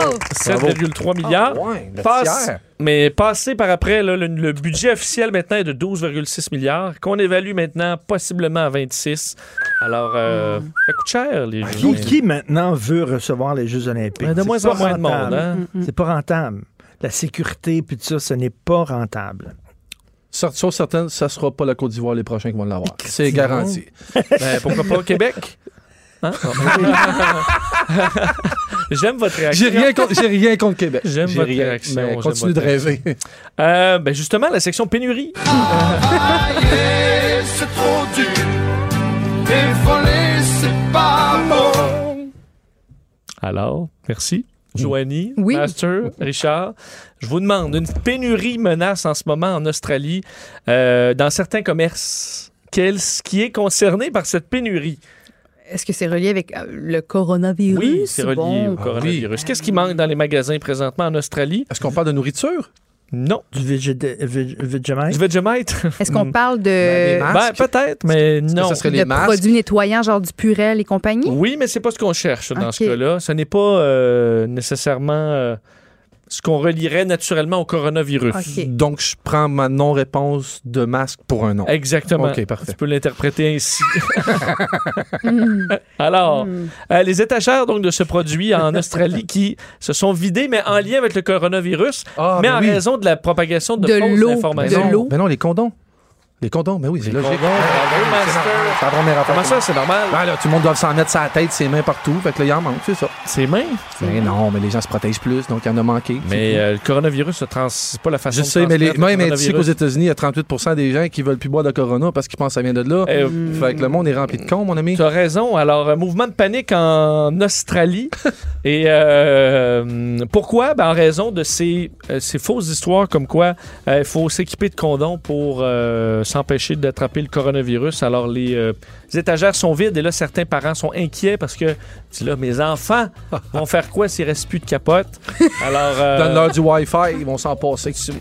S11: Oh!
S3: 7,3 milliards.
S5: Ah ouais, le
S3: Passe-
S5: tiers.
S3: mais passé par après, là, le, le budget officiel maintenant est de 12,6 milliards, qu'on évalue maintenant possiblement à 26. Alors, euh,
S5: Mm.
S3: ça coûte cher, les
S5: Ah,
S6: Qui,
S3: journées.
S6: qui maintenant veut recevoir les Jeux Olympiques?
S3: Ben, de
S6: C'est
S3: moins
S6: pas
S3: en moins de monde,
S6: rentable.
S3: hein?
S6: C'est pas rentable. La sécurité, puis tout ça, ce n'est pas rentable.
S5: Sur- Sauf certaines, ça sera pas la Côte d'Ivoire les prochains qui vont l'avoir. C'est garanti.
S3: Ben, pourquoi pas au Québec? Hein? J'aime votre réaction.
S5: J'ai rien contre, j'ai rien contre Québec.
S3: J'aime
S5: J'ai
S3: votre
S5: rien,
S3: réaction.
S5: mais
S3: j'aime
S5: continue
S3: votre
S5: de rêver.
S3: Euh, ben justement, la section pénurie.
S10: c'est trop dur. Et voler, c'est pas bon.
S3: Alors, merci. Joanie,
S4: Oui.
S3: Master, Richard, je vous demande, une pénurie menace en ce moment en Australie euh, dans certains commerces. Quel, ce qui est concerné par cette pénurie?
S4: Est-ce que c'est relié avec euh, le coronavirus?
S3: Oui, c'est relié
S4: Bon. Ah
S3: au coronavirus. Qu'est-ce qui manque dans les magasins présentement en Australie?
S5: Est-ce qu'on parle de nourriture?
S3: Non.
S6: Du Vegemite? Hein?
S3: Je vais jamais être.
S4: Est-ce
S5: Mm.
S4: qu'on parle de,
S5: masques?
S3: Ben, peut-être, mais non.
S5: ça serait
S4: de
S5: les masques?
S4: produits nettoyants, genre du Purel et compagnie?
S3: Oui, mais c'est pas ce qu'on cherche dans
S4: Ok.
S3: ce cas-là. Ce n'est pas euh, nécessairement euh, ce qu'on relierait naturellement au coronavirus.
S4: OK.
S5: Donc, je prends ma non-réponse de masque pour un non.
S3: Exactement.
S5: Ok, parfait.
S3: Tu peux l'interpréter ainsi.
S4: Mm.
S3: Alors, euh, les étagères donc de ce produit en Australie qui se sont vidées, mais en lien avec le coronavirus,
S5: Ah,
S3: mais
S5: mais
S3: en
S5: oui.
S3: raison de la propagation de,
S4: De l'eau,
S3: fausses
S5: Mais
S3: informations.
S4: de
S5: Ben non,
S4: l'eau.
S5: Mais non, les condoms. Les condoms, mais oui, c'est logique. Ben,
S3: condoms, bravo,
S5: C'est
S3: master.
S5: normal. C'est la première affaire.
S3: Comment ça, c'est normal?
S5: Ah, là, tout le monde doit s'en mettre sa tête, ses mains partout. Fait que là, il en manque, c'est ça. Mm.
S3: C'est mains.
S5: Mais Ben non, mais les gens se protègent plus, donc il y en a manqué.
S3: Mais euh, le coronavirus, se trans- c'est pas la façon
S5: Je
S3: de
S5: sais, mais, les,
S3: transmettre le
S5: moi, mais tu sais qu'aux
S3: coronavirus.
S5: États-Unis, il y a 38 des gens qui veulent plus boire de Corona parce qu'ils pensent que ça vient de là.
S3: Eh,
S5: Fait que le monde est rempli de cons, mon ami.
S3: Tu as raison. Alors, euh, mouvement de panique en Australie. Et euh, pourquoi? Ben, en raison de ces, euh, ces fausses histoires comme quoi euh, il faut s'équiper de condoms pour euh, s'empêcher d'attraper le coronavirus. Alors, les, euh, les étagères sont vides et là, certains parents sont inquiets parce que, tu dis là, mes enfants vont faire quoi s'ils restent plus de capote? Alors, euh,
S5: Donne-leur du Wi-Fi, ils vont s'en passer.
S3: tu-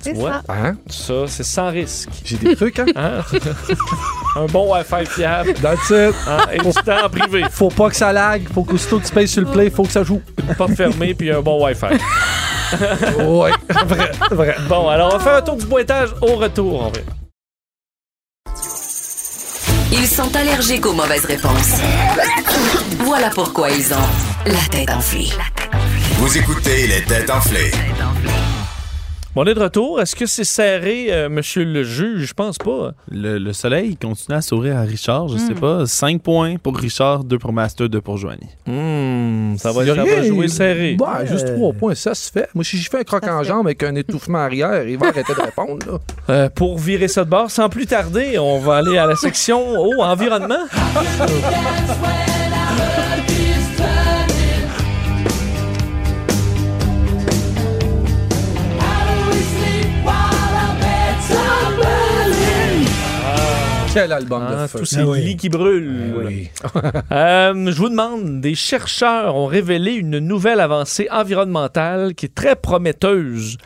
S4: C'est
S3: vois?
S4: ça.
S5: Hein?
S3: ça, c'est sans risque.
S5: J'ai des trucs, hein?
S3: Hein? Un bon Wi-Fi fiable
S5: That's it.
S3: hein, et du temps en privé.
S5: Faut pas que ça lag, faut qu'aussitôt que tu payes sur le play, faut que ça joue.
S3: Une porte fermée puis un bon Wi-Fi.
S5: Ouais.
S3: Bon, alors on va faire un tour du boitage au retour, en vrai.
S1: Ils sont allergiques aux mauvaises réponses. Voilà pourquoi ils ont la tête enflée.
S2: Vous écoutez les têtes enflées.
S3: Bon, on est de retour. Est-ce que c'est serré, euh, monsieur le juge? Je pense pas.
S9: Le, le soleil continue à sourire à Richard, je sais
S4: Hmm.
S9: pas. 5 points pour Richard, 2 pour Master, 2 pour Joanie.
S3: ça va,
S5: Il y a
S3: ça
S5: rien.
S3: va jouer serré.
S5: Ouais, Bah, juste
S6: Euh.
S5: trois points, ça se fait. Moi, si je fais un croc en jambe avec un étouffement arrière, il va arrêter de répondre. Là.
S3: Euh, pour virer ça de bord, sans plus tarder, on va aller à la section Oh, environnement.
S5: Quel album de
S3: Ah,
S5: feu.
S3: tous ces lits qui brûlent.
S5: Ah
S3: Euh, je vous demande, des chercheurs ont révélé une nouvelle avancée environnementale qui est très prometteuse.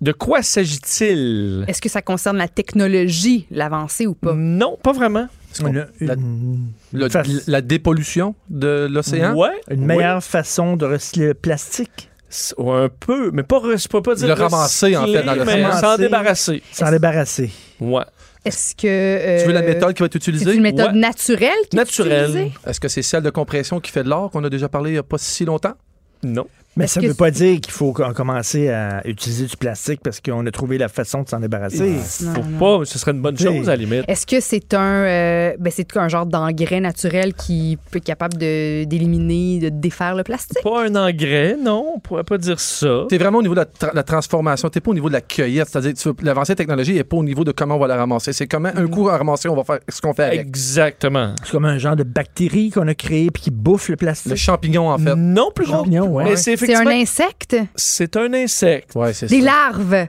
S3: De quoi s'agit-il?
S4: Est-ce que ça concerne la technologie, l'avancée ou
S5: Mm.
S4: pas?
S3: Non, pas vraiment.
S6: Une, une-
S5: Le-
S6: fa-
S5: la dépollution de l'océan.
S3: Ouais.
S6: une meilleure façon de recycler le plastique
S3: C'est- ouais, Un peu, mais pas, re- je peux pas dire
S5: Le ramasser, en fait, dans le
S3: mais
S6: ramasser.
S3: s'en débarrasser.
S6: sans débarrasser.
S3: Ouais.
S4: Est-ce que. euh,
S5: Tu veux la méthode qui va être
S4: C'est
S5: utilisée?
S4: une méthode
S3: Ouais.
S4: naturelle qui est
S3: Naturelle.
S4: utilisée?
S5: Est-ce que c'est celle de compression qui fait de l'or qu'on a déjà parlé il n'y a pas si longtemps?
S3: Non.
S6: Mais
S4: Est-ce
S6: ça
S4: que
S6: ne veut pas dire qu'il faut qu'on- commencer à utiliser du plastique parce qu'on a trouvé la façon de s'en débarrasser.
S4: Non,
S3: Faut
S4: non.
S3: pas, ce serait une bonne
S6: T'sais.
S3: chose à la limite.
S4: Est-ce que c'est un, euh, ben, c'est un genre d'engrais naturel qui peut être capable de- d'éliminer, de, défaire le plastique?
S3: Pas un engrais, non, on pourrait pas dire ça.
S5: T'es vraiment au niveau de la, tra- la transformation, t'es pas au niveau de la cueillette, c'est-à-dire que tu veux- l'avancée technologique n'est pas au niveau de comment on va la ramasser. C'est comment un coup à ramasser, on va faire ce qu'on fait avec.
S3: Exactement.
S6: C'est comme un genre de bactérie qu'on a créée puis qui bouffe le
S5: Le
S6: plastique.
S5: champignon, en
S4: Mm.
S5: fait.
S3: Non plus gros.
S6: Champignon, ouais.
S3: Mais c'est
S4: C'est un
S3: effectivement.
S4: insecte?
S3: C'est un insecte.
S5: Ouais, c'est
S4: Des
S5: ça.
S4: larves?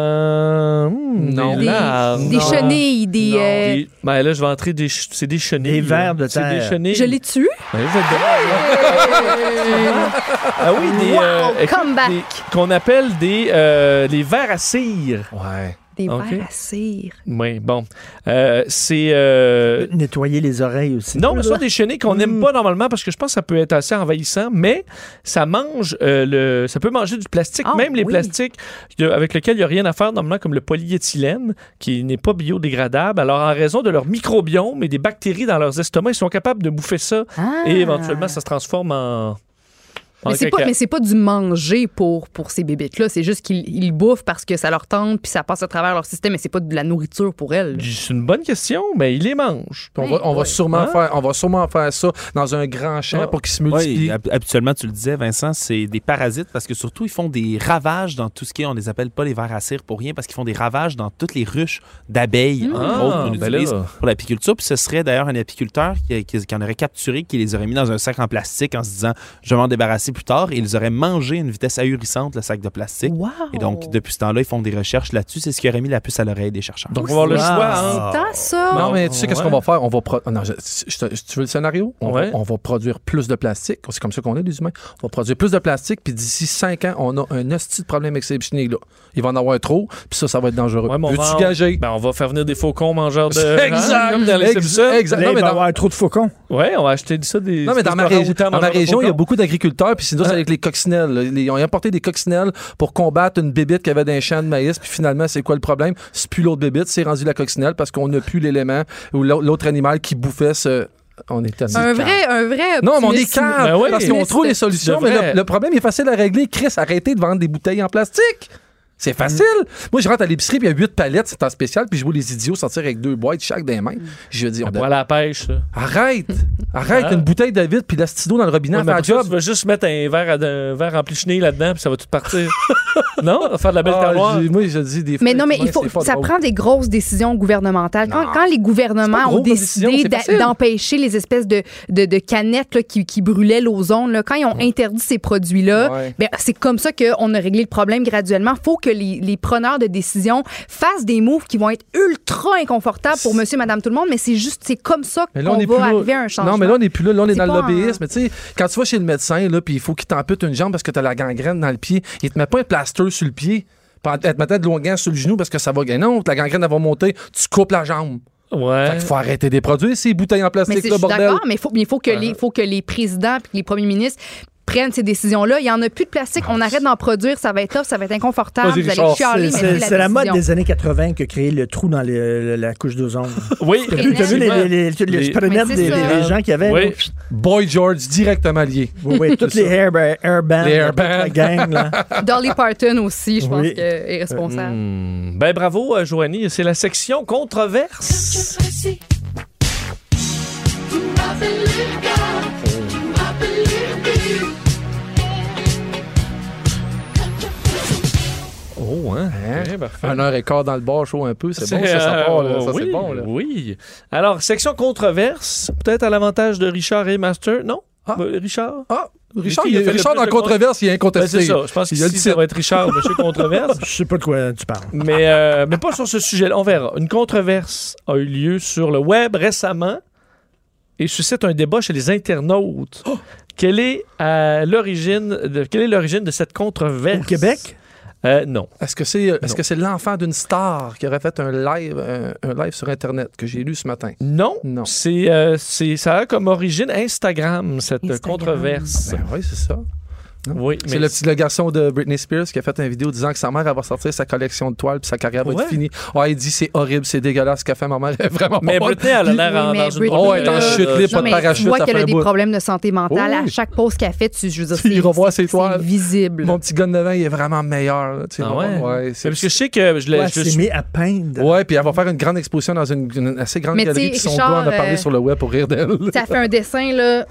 S3: Euh, hmm,
S5: Non.
S3: Des,
S4: Des,
S3: larves.
S4: des chenilles? Des,
S5: Non.
S4: euh,
S3: Des- Ben là, je vais entrer des. ch- C'est des chenilles.
S6: Des vers de
S3: C'est des
S6: terre.
S3: chenilles.
S4: Je l'ai tué?
S3: Ben, vous êtes drôle, là. ah oui, des.
S4: Wow,
S3: euh, écoute,
S4: comeback.
S3: des- Qu'on appelle des. euh, les vers à cire.
S5: Ouais.
S4: Des
S3: Ok.
S4: verres à cire.
S3: Oui, bon. Euh, c'est. euh,
S6: Nettoyer les oreilles aussi.
S3: Non, mais ça, des chenilles qu'on
S4: Mm.
S3: n'aime pas normalement parce que je pense que ça peut être assez envahissant, mais ça mange euh, le. Ça peut manger du plastique,
S4: Ah,
S3: même les
S4: oui.
S3: plastiques de- avec lesquels il n'y a rien à faire normalement, comme le polyéthylène, qui n'est pas biodégradable. Alors, en raison de leur microbiome et des bactéries dans leurs estomacs, ils sont capables de bouffer ça
S4: Ah.
S3: et éventuellement, ça se transforme en. en
S4: Mais c'est
S3: caca.
S4: pas, mais c'est pas du manger pour, pour ces bébêtes-là. C'est juste qu'ils ils bouffent parce que ça leur tente puis ça passe à travers leur système. Mais c'est pas de la nourriture pour elles.
S3: C'est une bonne question, mais ils les mangent.
S5: On va, on va sûrement
S3: Hein?
S5: faire, on va sûrement faire ça dans un grand champ pour qu'ils se multiplient.
S9: Oui, hab- habituellement, tu le disais, Vincent, c'est des parasites parce que surtout, ils font des ravages dans tout ce qui est, on les appelle pas les vers à cire pour rien, parce qu'ils font des ravages dans toutes les ruches d'abeilles, entre
S3: Ah,
S9: autres, qu'on
S3: ben
S9: utilise
S3: là.
S9: pour l'apiculture. Puis ce serait d'ailleurs un apiculteur qui, qui- qui en aurait capturé, qui les aurait mis dans un sac en plastique en se disant je vais m'en débarrasser plus tard. Et ils auraient mangé à une vitesse ahurissante le sac de plastique.
S4: Wow!
S9: Et donc, depuis ce temps-là, ils font des recherches là-dessus. C'est ce qui aurait mis la puce à l'oreille des chercheurs.
S3: Donc, on va avoir le
S5: Aussi.
S3: choix. hein.
S4: T'as ça?
S5: Non, mais tu sais qu'est-ce
S3: Ouais.
S5: qu'on va faire? On va pro- non, je- je te- tu veux le scénario? On,
S3: Ouais.
S5: va, on va produire plus de plastique. C'est comme ça qu'on est, les humains. On va produire plus de plastique, puis d'ici 5 ans, on a un hostie de problème avec ces chenilles là Il va en avoir trop, puis ça, ça va être dangereux.
S3: Ouais, mais on
S5: Veux-tu
S3: va-
S5: gager?
S3: Ben, on va faire venir des faucons mangeurs de.
S5: Exact.
S3: Comme dans les
S5: Ex-
S3: Simpsons.
S5: exact.
S6: Là,
S5: Non,
S6: il
S5: mais
S6: va
S5: dans-
S6: avoir trop de faucons.
S3: Ouais, on va acheter ça des.
S5: Non, mais dans
S3: des
S5: ma, régi-
S3: orang-outans
S5: dans ma
S3: mangeurs de
S5: région, il y a
S3: faucons.
S5: beaucoup d'agriculteurs, puis
S3: Euh.
S5: c'est d'autres avec les coccinelles. là. Ils ont importé des coccinelles pour combattre une bébite qui avait d'un champ de maïs, puis finalement, c'est quoi le problème? C'est plus l'autre bébite, c'est rendu la coccinelle parce qu'on n'a plus l'élément ou l'au- l'autre animal qui bouffait ce. On est tellement
S4: Un vrai, un vrai.
S5: hein. Non, mais on est
S4: optimiste.
S5: calme
S3: Ben oui.
S5: parce qu'on trouve les solutions,
S3: C'est
S5: mais
S3: vrai.
S5: le, le problème est facile à régler. Chris, arrêtez de vendre des bouteilles en plastique. C'est
S3: Mm.
S5: facile. Moi, je rentre à l'épicerie, puis il y a huit palettes, c'est en spécial, puis je vois les idiots sortir avec deux boîtes chaque des mains. Je dis, on
S3: Pour aller à la pêche, ça.
S5: Arrête! Arrête!
S3: Ah.
S5: Une bouteille de vide puis l'astido dans le robinet,
S3: Ouais, mais
S5: à
S3: après ça,
S5: job.
S3: tu vas juste mettre un verre, à- un verre rempli de chenilles là-dedans, puis ça va tout partir. non? On va faire de la belle
S5: Ah,
S3: terroir.
S5: j'ai- moi, je dis des fois,
S4: Mais non, mais
S5: les
S4: il
S5: humains,
S4: faut,
S5: c'est pas
S4: ça
S5: drôle.
S4: prend des grosses décisions gouvernementales. Quand,
S5: Non.
S4: quand les
S5: C'est
S4: gouvernements
S5: pas
S4: ont
S5: gros, comme décision,
S4: décidé
S5: c'est
S4: d'a-
S5: facile.
S4: d'empêcher les espèces de, de, de canettes là, qui, qui brûlaient l'ozone, là, quand ils ont interdit ces produits-là,
S5: Ouais.
S4: ben, c'est comme ça qu'on a réglé le problème graduellement. Il faut que les, les preneurs de décision fassent des moves qui vont être ultra inconfortables pour monsieur, madame, tout le monde, mais c'est juste, c'est comme ça
S5: Mais là,
S4: qu'on
S5: est
S4: va
S5: plus là.
S4: arriver à un changement.
S5: Non, mais là, on n'est plus là. Là, on est,
S4: C'est
S5: dans le
S4: pas un-
S5: lobbyisme. Mais Tu sais, quand tu vas chez le médecin, là, puis il faut qu'il t'ampute une jambe parce que tu as la gangrène dans le pied, il te met pas un plaster sur le pied. puis Elle te mettait de l'onguent sur le genou parce que ça va gagner. Non, la gangrène elle va monter, tu coupes la jambe.
S3: Ouais.
S5: Fait qu'il faut arrêter de les produire ces bouteilles en
S4: Mais
S5: plastique,
S4: c'est-
S5: là,
S4: je suis
S5: bordel.
S4: d'accord, mais il faut, mais faut, que les- faut que les présidents et les premiers ministres prennent ces décisions-là. Il n'y en a plus de plastique. On arrête d'en produire. Ça va être tough, ça va être inconfortable.
S5: Vas-y,
S4: Vous allez
S5: Richard,
S4: chialer, mais
S6: C'est- C'est
S4: la,
S6: c'est la mode
S4: décision.
S6: des années 80 que créer le trou dans le- la couche d'ozone.
S3: Oui,
S6: T'as vu, t'as vu les, les, les, les,
S3: Les-
S6: sprenettes
S4: Mais c'est
S6: des,
S4: ça.
S6: des- des gens qui avaient?
S3: Oui.
S6: là?
S5: Boy George, directement lié.
S6: Oui, oui, toutes les air, airbands,
S5: Les
S6: là, toute
S5: airbands.
S6: la gang, là.
S4: Dolly Parton aussi, je pense,
S6: Oui.
S4: que est responsable.
S3: Hmm. Ben bravo, euh, Joanie. C'est la section controverse. Oh, hein?
S5: Eh,
S3: Ouais, parfait.
S5: Un heure et quart dans le bar, chaud un peu, c'est
S3: C'est,
S5: bon, ça, ça
S3: euh,
S5: part, là. Ça,
S3: oui,
S5: c'est bon, là.
S3: Oui. Alors, section controverse, peut-être à l'avantage de Richard et Master. Non?
S5: Ah.
S3: Euh, Richard?
S5: Ah, Richard,
S3: Qui a
S5: il-
S3: fait le
S5: Richard
S3: plus
S5: dans
S3: de
S5: controverse, il est
S3: Ben,
S5: incontesté.
S3: c'est ça. Je pense que
S5: Il a le
S3: ici, ça
S5: titre.
S3: va être Richard, monsieur controverse.
S6: Je sais pas de quoi tu parles.
S3: Mais, euh, mais pas sur ce sujet-là. On verra. Une controverse a eu lieu sur le web récemment et suscite un débat chez les internautes.
S5: Oh!
S3: Quelle est euh, l'origine de quelle est l'origine de cette controverse
S6: Au Québec?
S3: Euh, Non.
S5: Est-ce que c'est est-ce
S3: Non.
S5: que c'est l'enfant d'une star qui aurait fait un live un, un live sur internet que j'ai lu ce matin
S3: Non.
S5: Non.
S3: C'est euh, c'est ça a comme origine Instagram cette
S4: Instagram.
S3: controverse.
S5: Ben oui, c'est ça.
S3: Oui,
S5: C'est le petit le garçon de Britney Spears qui a fait une vidéo disant que sa mère elle va sortir sa collection de toiles puis sa carrière va
S3: Ouais.
S5: être finie. Ouais, il dit c'est horrible, c'est dégueulasse ce qu'a fait ma mère, elle est vraiment
S3: Mais
S5: pas bonne.
S3: Britney, elle a l'air en,
S4: Oui, mais
S3: dans une
S4: Britney, euh,
S3: drôle
S5: Oh, elle est en
S3: de-
S5: chute libre, pas de
S4: mais
S5: parachute,
S4: tu vois
S5: ça
S4: qu'elle
S5: fait
S4: a
S5: un
S4: des
S5: bout.
S4: problèmes de santé mentale.
S5: Oui.
S4: À chaque pause qu'elle fait, tu, je veux dire,
S5: Tu iras
S4: c'est-
S5: voir
S4: c'est-
S5: ses toiles.
S4: c'est visible.
S5: Mon petit gars de 9 ans, il est vraiment meilleur. là, tu sais.
S3: Ah ouais?
S5: c'est
S3: C'est parce que je sais que je l'ai.
S6: Ouais,
S3: je
S6: c'est
S3: suis-
S6: mis à peindre.
S5: Ouais, puis elle va faire une grande exposition dans une, une assez grande
S4: Mais
S5: galerie,
S4: tu sais,
S5: puis son
S4: Richard,
S5: gars en a parlé
S4: euh,
S5: sur le web pour rire d'elle.
S4: Ça fait un dessin, là.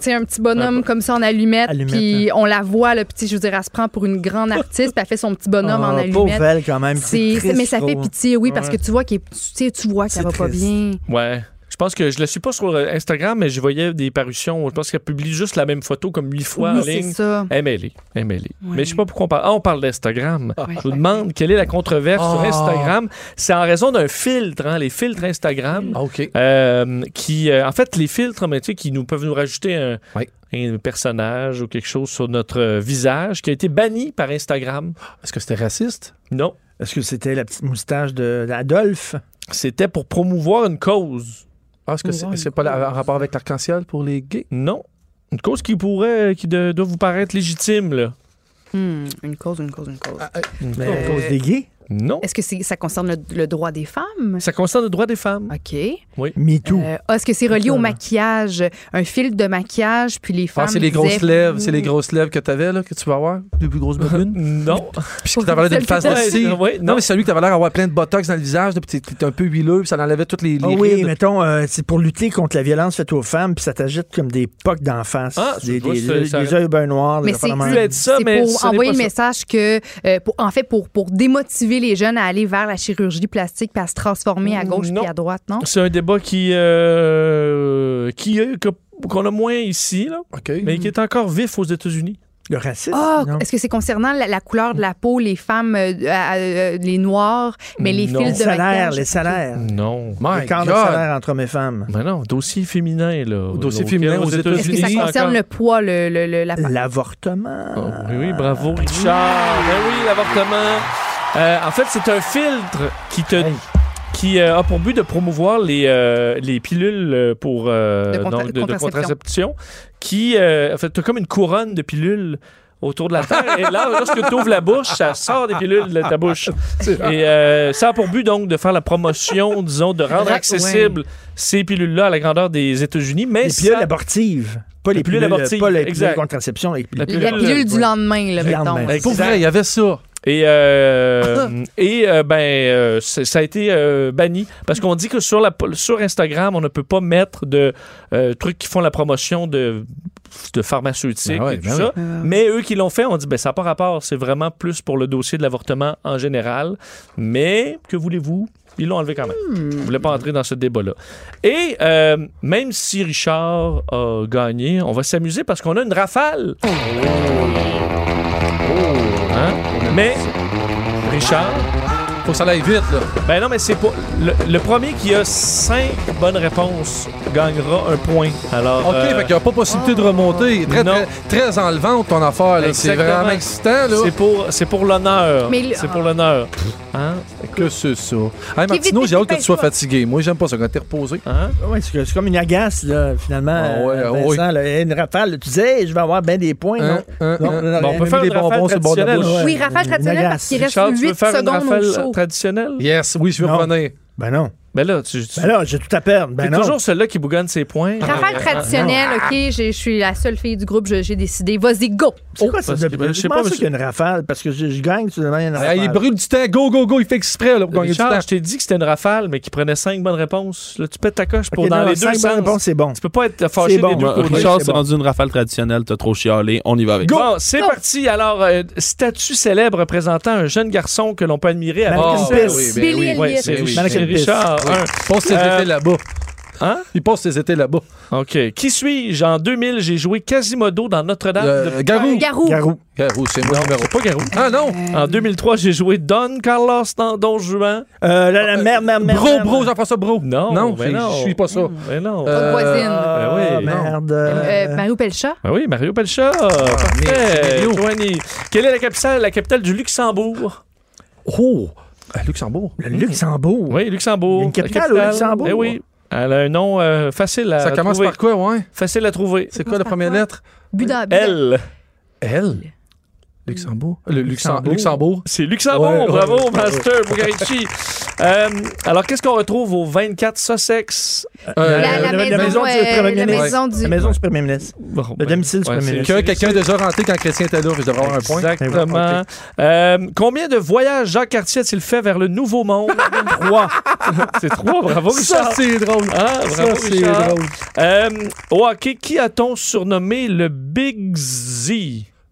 S4: Tu sais, un petit bonhomme comme ça en allumette,
S6: Allumette,
S5: hein.
S4: puis on la voit, le petit, je veux dire, elle se prend pour une grande artiste, puis elle fait son petit bonhomme en
S6: Ah,
S4: allumette.
S6: pauvre elle, quand même.
S4: C'est-
S6: C'est triste,
S4: mais ça
S6: je
S4: fait
S6: trouve.
S4: pitié, oui, parce que
S6: Ouais.
S4: tu vois qu'elle est- tu sais, tu vois qu'elle
S6: C'est
S4: va pas
S6: triste.
S4: bien.
S3: Ouais. Je pense que je le suis pas sur euh, Instagram, mais je voyais des parutions. Je pense qu'elle publie juste la même photo comme huit fois
S4: oui,
S3: en
S4: c'est
S3: ligne.
S4: ça.
S3: MLE, MLE.
S4: Ouais.
S3: Mais je sais pas pourquoi on parle. Ah, on parle d'Instagram.
S4: Ouais.
S3: Je vous demande quelle est la controverse sur
S5: Ah.
S3: Instagram. C'est en raison d'un filtre, hein, les filtres Instagram.
S5: Ah, OK.
S3: euh, qui, euh, en fait, les filtres, mais, tu sais, qui nous peuvent nous rajouter un,
S5: Ouais.
S3: un personnage ou quelque chose sur notre euh, visage, qui a été banni par Instagram.
S5: Est-ce que c'était raciste
S3: Non.
S6: Est-ce que c'était la petite moustache de d'Adolphe?
S5: Oh.
S3: C'était pour promouvoir une cause.
S5: Ah, est-ce que c'est c'est pas la- en rapport avec l'arc-en-ciel pour les gays?
S3: Non. Une cause qui pourrait, qui de- doit vous paraître légitime, là.
S4: Hmm, une cause, une cause, une cause.
S3: Une cause-
S6: Mais à cause des gays?
S3: Non.
S4: Est-ce que c'est- ça concerne le, le droit des femmes?
S3: Ça concerne le droit des femmes.
S4: OK.
S6: Me too.
S4: Euh, ah, Est-ce que c'est relié au maquillage? Un fil de maquillage, puis les femmes.
S5: Ah, c'est les grosses
S4: disaient-
S5: lèvres, c'est les grosses lèvres que t'avais, là, que tu vas avoir? Les plus grosses babines?
S3: Non.
S5: Puisque t'avais l'air d'une face de
S3: Ouais,
S5: scie.
S3: ouais,
S5: Non,
S3: non.
S5: mais celui que t'avais l'air d'avoir plein de botox dans le visage, là, puis t'étais un peu huileux, puis ça enlevait toutes les, les
S6: Ah oui,
S5: rides.
S6: mettons, euh, c'est pour lutter contre la violence faite aux femmes, puis ça t'agite comme des pocs d'en face.
S3: Ah, c'est
S6: des,
S3: pas-
S6: des-
S3: c'est- ça-
S6: des yeux bien noirs.
S4: Mais
S6: des affaires de
S4: c'est-
S6: même.
S3: Tu as dit ça,
S4: c'est
S3: mais
S4: pour
S3: ce n'est
S4: envoyer
S3: pas
S4: le
S3: ça.
S4: message que, euh, pour, en fait, pour, pour démotiver les jeunes à aller vers la chirurgie plastique puis à se transformer à gauche
S3: Non.
S4: puis à droite, Mmh, non?
S3: C'est un débat qui. euh, qui euh, que- qu'on a moins ici, là,
S5: OK.
S3: mais qui est encore vif aux États-Unis.
S6: Le racisme.
S4: Ah,
S6: non?
S4: est-ce que c'est concernant la, la couleur de la peau, les femmes, euh, euh, euh, les noirs, mais les
S3: Non.
S6: Les
S4: fils de
S6: salaires,
S4: maquillage?
S6: les salaires.
S3: Non.
S6: Le
S5: My
S6: quart de
S5: God.
S6: salaire entre hommes et femmes.
S3: Mais non, dossier féminin, là.
S5: Dossier
S3: Auquel
S5: féminin aux États-Unis.
S4: Est-ce que ça
S3: encore-
S4: concerne le poids, le, le- le- la
S6: L'avortement.
S3: Ah. Oh, oui, oui, bravo Richard. Ben oui, l'avortement. Euh, en fait, c'est un filtre qui te
S6: Hey.
S3: qui euh, a pour but de promouvoir les, euh, les pilules euh, pour euh,
S4: De contra-
S3: donc,
S4: contraception.
S3: contraception qui euh, en fait t'as comme une couronne de pilules autour de la terre et là lorsque tu ouvres la bouche ça sort des pilules de ta bouche et euh, ça a pour but donc de faire la promotion disons de rendre
S4: Ra-
S3: accessibles ces pilules là à la grandeur des États-Unis mais
S6: Les
S3: ça-
S6: pilules abortives. Pas les,
S3: Les pilules
S6: pilules,
S3: abortives,
S6: Pas les pilules
S3: exact.
S6: de contraception. les pilules-
S3: La
S4: la
S3: pilule,
S4: pilule du
S6: ouais.
S4: lendemain, là,
S6: Du
S4: mettons.
S6: lendemain.
S5: Ben, Pour
S3: Exact.
S5: vrai, il y avait ça.
S3: Et, euh, et euh, ben, euh, c'est- ça a été euh, banni parce qu'on dit que sur, la, sur Instagram, on ne peut pas mettre de euh, trucs qui font la promotion de, de pharmaceutiques
S5: Ben ouais,
S3: et tout
S5: ben
S3: ça.
S4: oui.
S3: Mais eux qui l'ont fait, on dit ben, ça n'a pas rapport. C'est vraiment plus pour le dossier de l'avortement en général. Mais que voulez-vous? Ils l'ont enlevé quand même.
S5: Hmm.
S3: Je voulais pas entrer dans ce débat-là. Et euh, même si Richard a gagné, on va s'amuser parce qu'on a une rafale.
S5: Oh.
S3: Hein? Mais Richard,
S5: Faut que ça aille vite, là.
S3: ben non, mais c'est pas. Le, le premier qui a cinq bonnes réponses gagnera un point. Alors.
S5: OK,
S3: euh,
S5: fait qu'il n'y a pas possibilité de remonter. Très,
S3: Non.
S5: très, très enlevante, ton affaire, là. C'est
S3: Exactement.
S5: vraiment excitant, là.
S3: c'est pour, c'est pour l'honneur.
S4: Mais le- Ah,
S3: C'est pour l'honneur. Hein?
S5: Que c'est ça. Hey,
S4: vite,
S5: Martino,
S4: vite,
S5: j'ai hâte que tu
S4: dépêche-toi.
S5: sois fatigué. Moi, j'aime pas ça quand t'es reposé.
S3: Hein?
S6: Ouais, c'est que- c'est comme une agace, là, finalement.
S5: Ah ouais,
S6: euh,
S5: ah
S6: Vincent, là, une rafale. là, tu disais, hey, je vais avoir ben des points.
S5: Hein, hein,
S6: non, non,
S5: hein.
S6: non,
S3: Bon, on
S6: elle
S3: peut
S6: a
S3: faire
S6: mis
S3: une
S6: des bonbons
S3: rafale
S6: sur le bord de la
S3: traditionnelle.
S6: bouche.
S4: Oui,
S6: Ouais,
S4: rafale
S6: une
S4: traditionnelle parce
S6: agace.
S4: qu'il reste
S3: Richard, tu
S4: 8
S3: veux faire une
S4: secondes au
S3: rafale
S4: show.
S3: traditionnelle?
S5: Yes, oui, je vais
S6: Non.
S5: revenir.
S6: Ben non.
S3: Ben là, tu. tu-
S6: Ben là, j'ai tout à perdre. Ben
S3: c'est
S6: non.
S3: toujours celui-là qui bougonne ses points.
S4: Rafale
S5: Ah,
S4: traditionnelle, OK, j'ai- je suis la seule fille du groupe, je- j'ai décidé. Vas-y, go!
S6: C'est quoi ça?
S3: parce que, ben,
S6: Je
S3: je
S6: sais
S3: sais pas,
S6: pas
S3: monsieur.
S6: qu'il y a une rafale parce que je, je gagne, tu demandes une
S5: Ah,
S6: rafale.
S5: il brûle du temps. Go, go, go. Il fait exprès, là, pour gagner du temps.
S3: Richard, je t'ai dit que c'était une rafale, mais qui prenait cinq bonnes réponses. Là, tu pètes ta coche pour
S6: Ok,
S3: dans
S6: non,
S3: les
S6: cinq
S3: deux
S6: bonnes
S3: sens.
S6: réponses, c'est bon.
S3: Tu peux pas être fâché
S6: C'est bon,
S3: des deux
S6: ben,
S3: côtés.
S9: Richard,
S6: c'est
S9: c'est
S6: bon.
S9: rendu une rafale traditionnelle. T'as trop chialé. On y va avec.
S3: Bon, c'est parti. Alors, euh, statue célèbre représentant un jeune garçon que l'on peut admirer à
S6: Mannequin
S3: travers-
S6: Pis.
S5: ben
S4: Billy Elliot.
S3: Ouais, c'est
S5: Ben oui.
S3: Rich-
S6: Mannequin
S3: c'est
S6: Pis.
S3: Richard.
S5: Oui. Passe tes
S3: Euh,
S5: étés là-bas.
S3: Hein?
S5: Il passe ses étés là-bas.
S3: OK. Qui suis-je? En 2000, j'ai joué Quasimodo dans Notre-Dame.
S5: Euh,
S3: de-
S5: Garou.
S4: Garou!
S6: Oh, Garou.
S5: Garou, c'est mon
S3: Non,
S5: numéro.
S3: c'est pas Garou.
S5: Ah non!
S4: Euh,
S3: En 2003, j'ai joué Don Carlos dans Don Juan.
S6: Euh, la, la mère, mère, mère.
S5: Bro,
S6: mère,
S5: bro,
S6: mère.
S5: Jean-François Bro.
S3: Non,
S5: non,
S3: ben
S5: c'est-
S3: non.
S5: je suis pas ça.
S4: Hmm.
S3: Mais Ben non.
S4: Pas de voisine.
S6: Ah,
S3: Ben oui, non.
S6: merde.
S4: Euh, Mario Pelcha?
S3: Ah oui, Mario Pelcha.
S5: merci,
S3: Parfait.
S5: Mario.
S3: Joanie. Quelle est la capitale, la capitale du Luxembourg?
S5: Oh! À Luxembourg.
S6: Le Luxembourg.
S3: Oui, Luxembourg.
S6: Il y a une
S3: La
S6: capitale au Luxembourg?
S3: Eh oui. Elle a un nom euh, facile à
S5: Ça commence
S3: trouver.
S5: par quoi, ouais?
S3: Facile à trouver.
S5: C'est quoi la
S4: par
S5: première
S4: quoi?
S5: lettre?
S4: Buda, Buda.
S3: Elle. euh,
S5: L. Luxembourg. Euh, Le Luxem-
S6: Luxembourg.
S5: Luxembourg.
S3: C'est Luxembourg.
S5: Ouais, ouais.
S3: Bravo, Master Bugarici. Euh, alors, qu'est-ce qu'on retrouve au 24 Sussex?
S5: Euh,
S4: La, la
S6: la- la
S4: maison,
S6: maison du
S4: euh,
S6: premier
S4: la
S6: ministre.
S4: maison du...
S6: La maison du premier ministre.
S3: Bon, ben,
S6: Le domicile du
S3: ouais,
S6: premier
S3: c'est-
S6: ministre.
S5: Que quelqu'un a déjà rentré quand Chrétien était là, je devrais avoir un point.
S3: Exactement. Euh, combien de voyages Jacques Cartier a-t-il fait vers le Nouveau Monde? trois. c'est trois, bravo
S5: Ça,
S3: Richard.
S5: c'est drôle.
S3: Ah, bravo
S5: Ça, c'est
S3: Richard.
S5: drôle.
S3: Euh, au hockey, qui a-t-on surnommé le Big Z?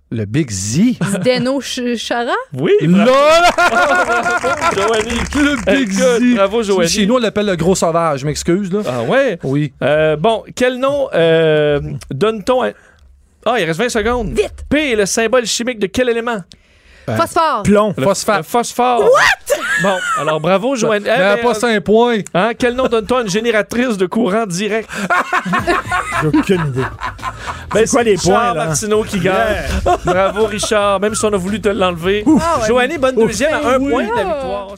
S5: Le Big Z.
S4: Zdeno Ch- Chara?
S3: Oui, bravo,
S5: Là,
S3: Joanie.
S5: le Big
S3: Écoute,
S5: Z.
S3: bravo, Joanie.
S5: Chez nous, on l'appelle le gros sauvage, je m'excuse. là.
S3: Ah ouais?
S5: Oui.
S3: Euh, bon, quel nom euh, donne-t-on à... Ah, il reste 20 secondes.
S4: Vite!
S3: P est le symbole chimique de quel élément?
S4: Phosphore!
S6: Plomb.
S3: Le-
S5: Phosphate.
S3: le phosphore. What? Bon, alors bravo, Joanne. Eh,
S5: Mais elle a
S3: ben,
S5: pas cinq points.
S3: hein, quel nom donne-t-on à une génératrice de courant direct?
S6: J'ai aucune idée.
S3: Ben,
S6: C'est quoi les points,
S3: Richard
S6: là?
S3: Martineau qui gagne. Bravo, Richard. Même si on a voulu te l'enlever.
S6: Ouf. Ah ouais.
S3: Joanny, bonne
S6: Ouf. Eh
S3: deuxième à un point de la victoire.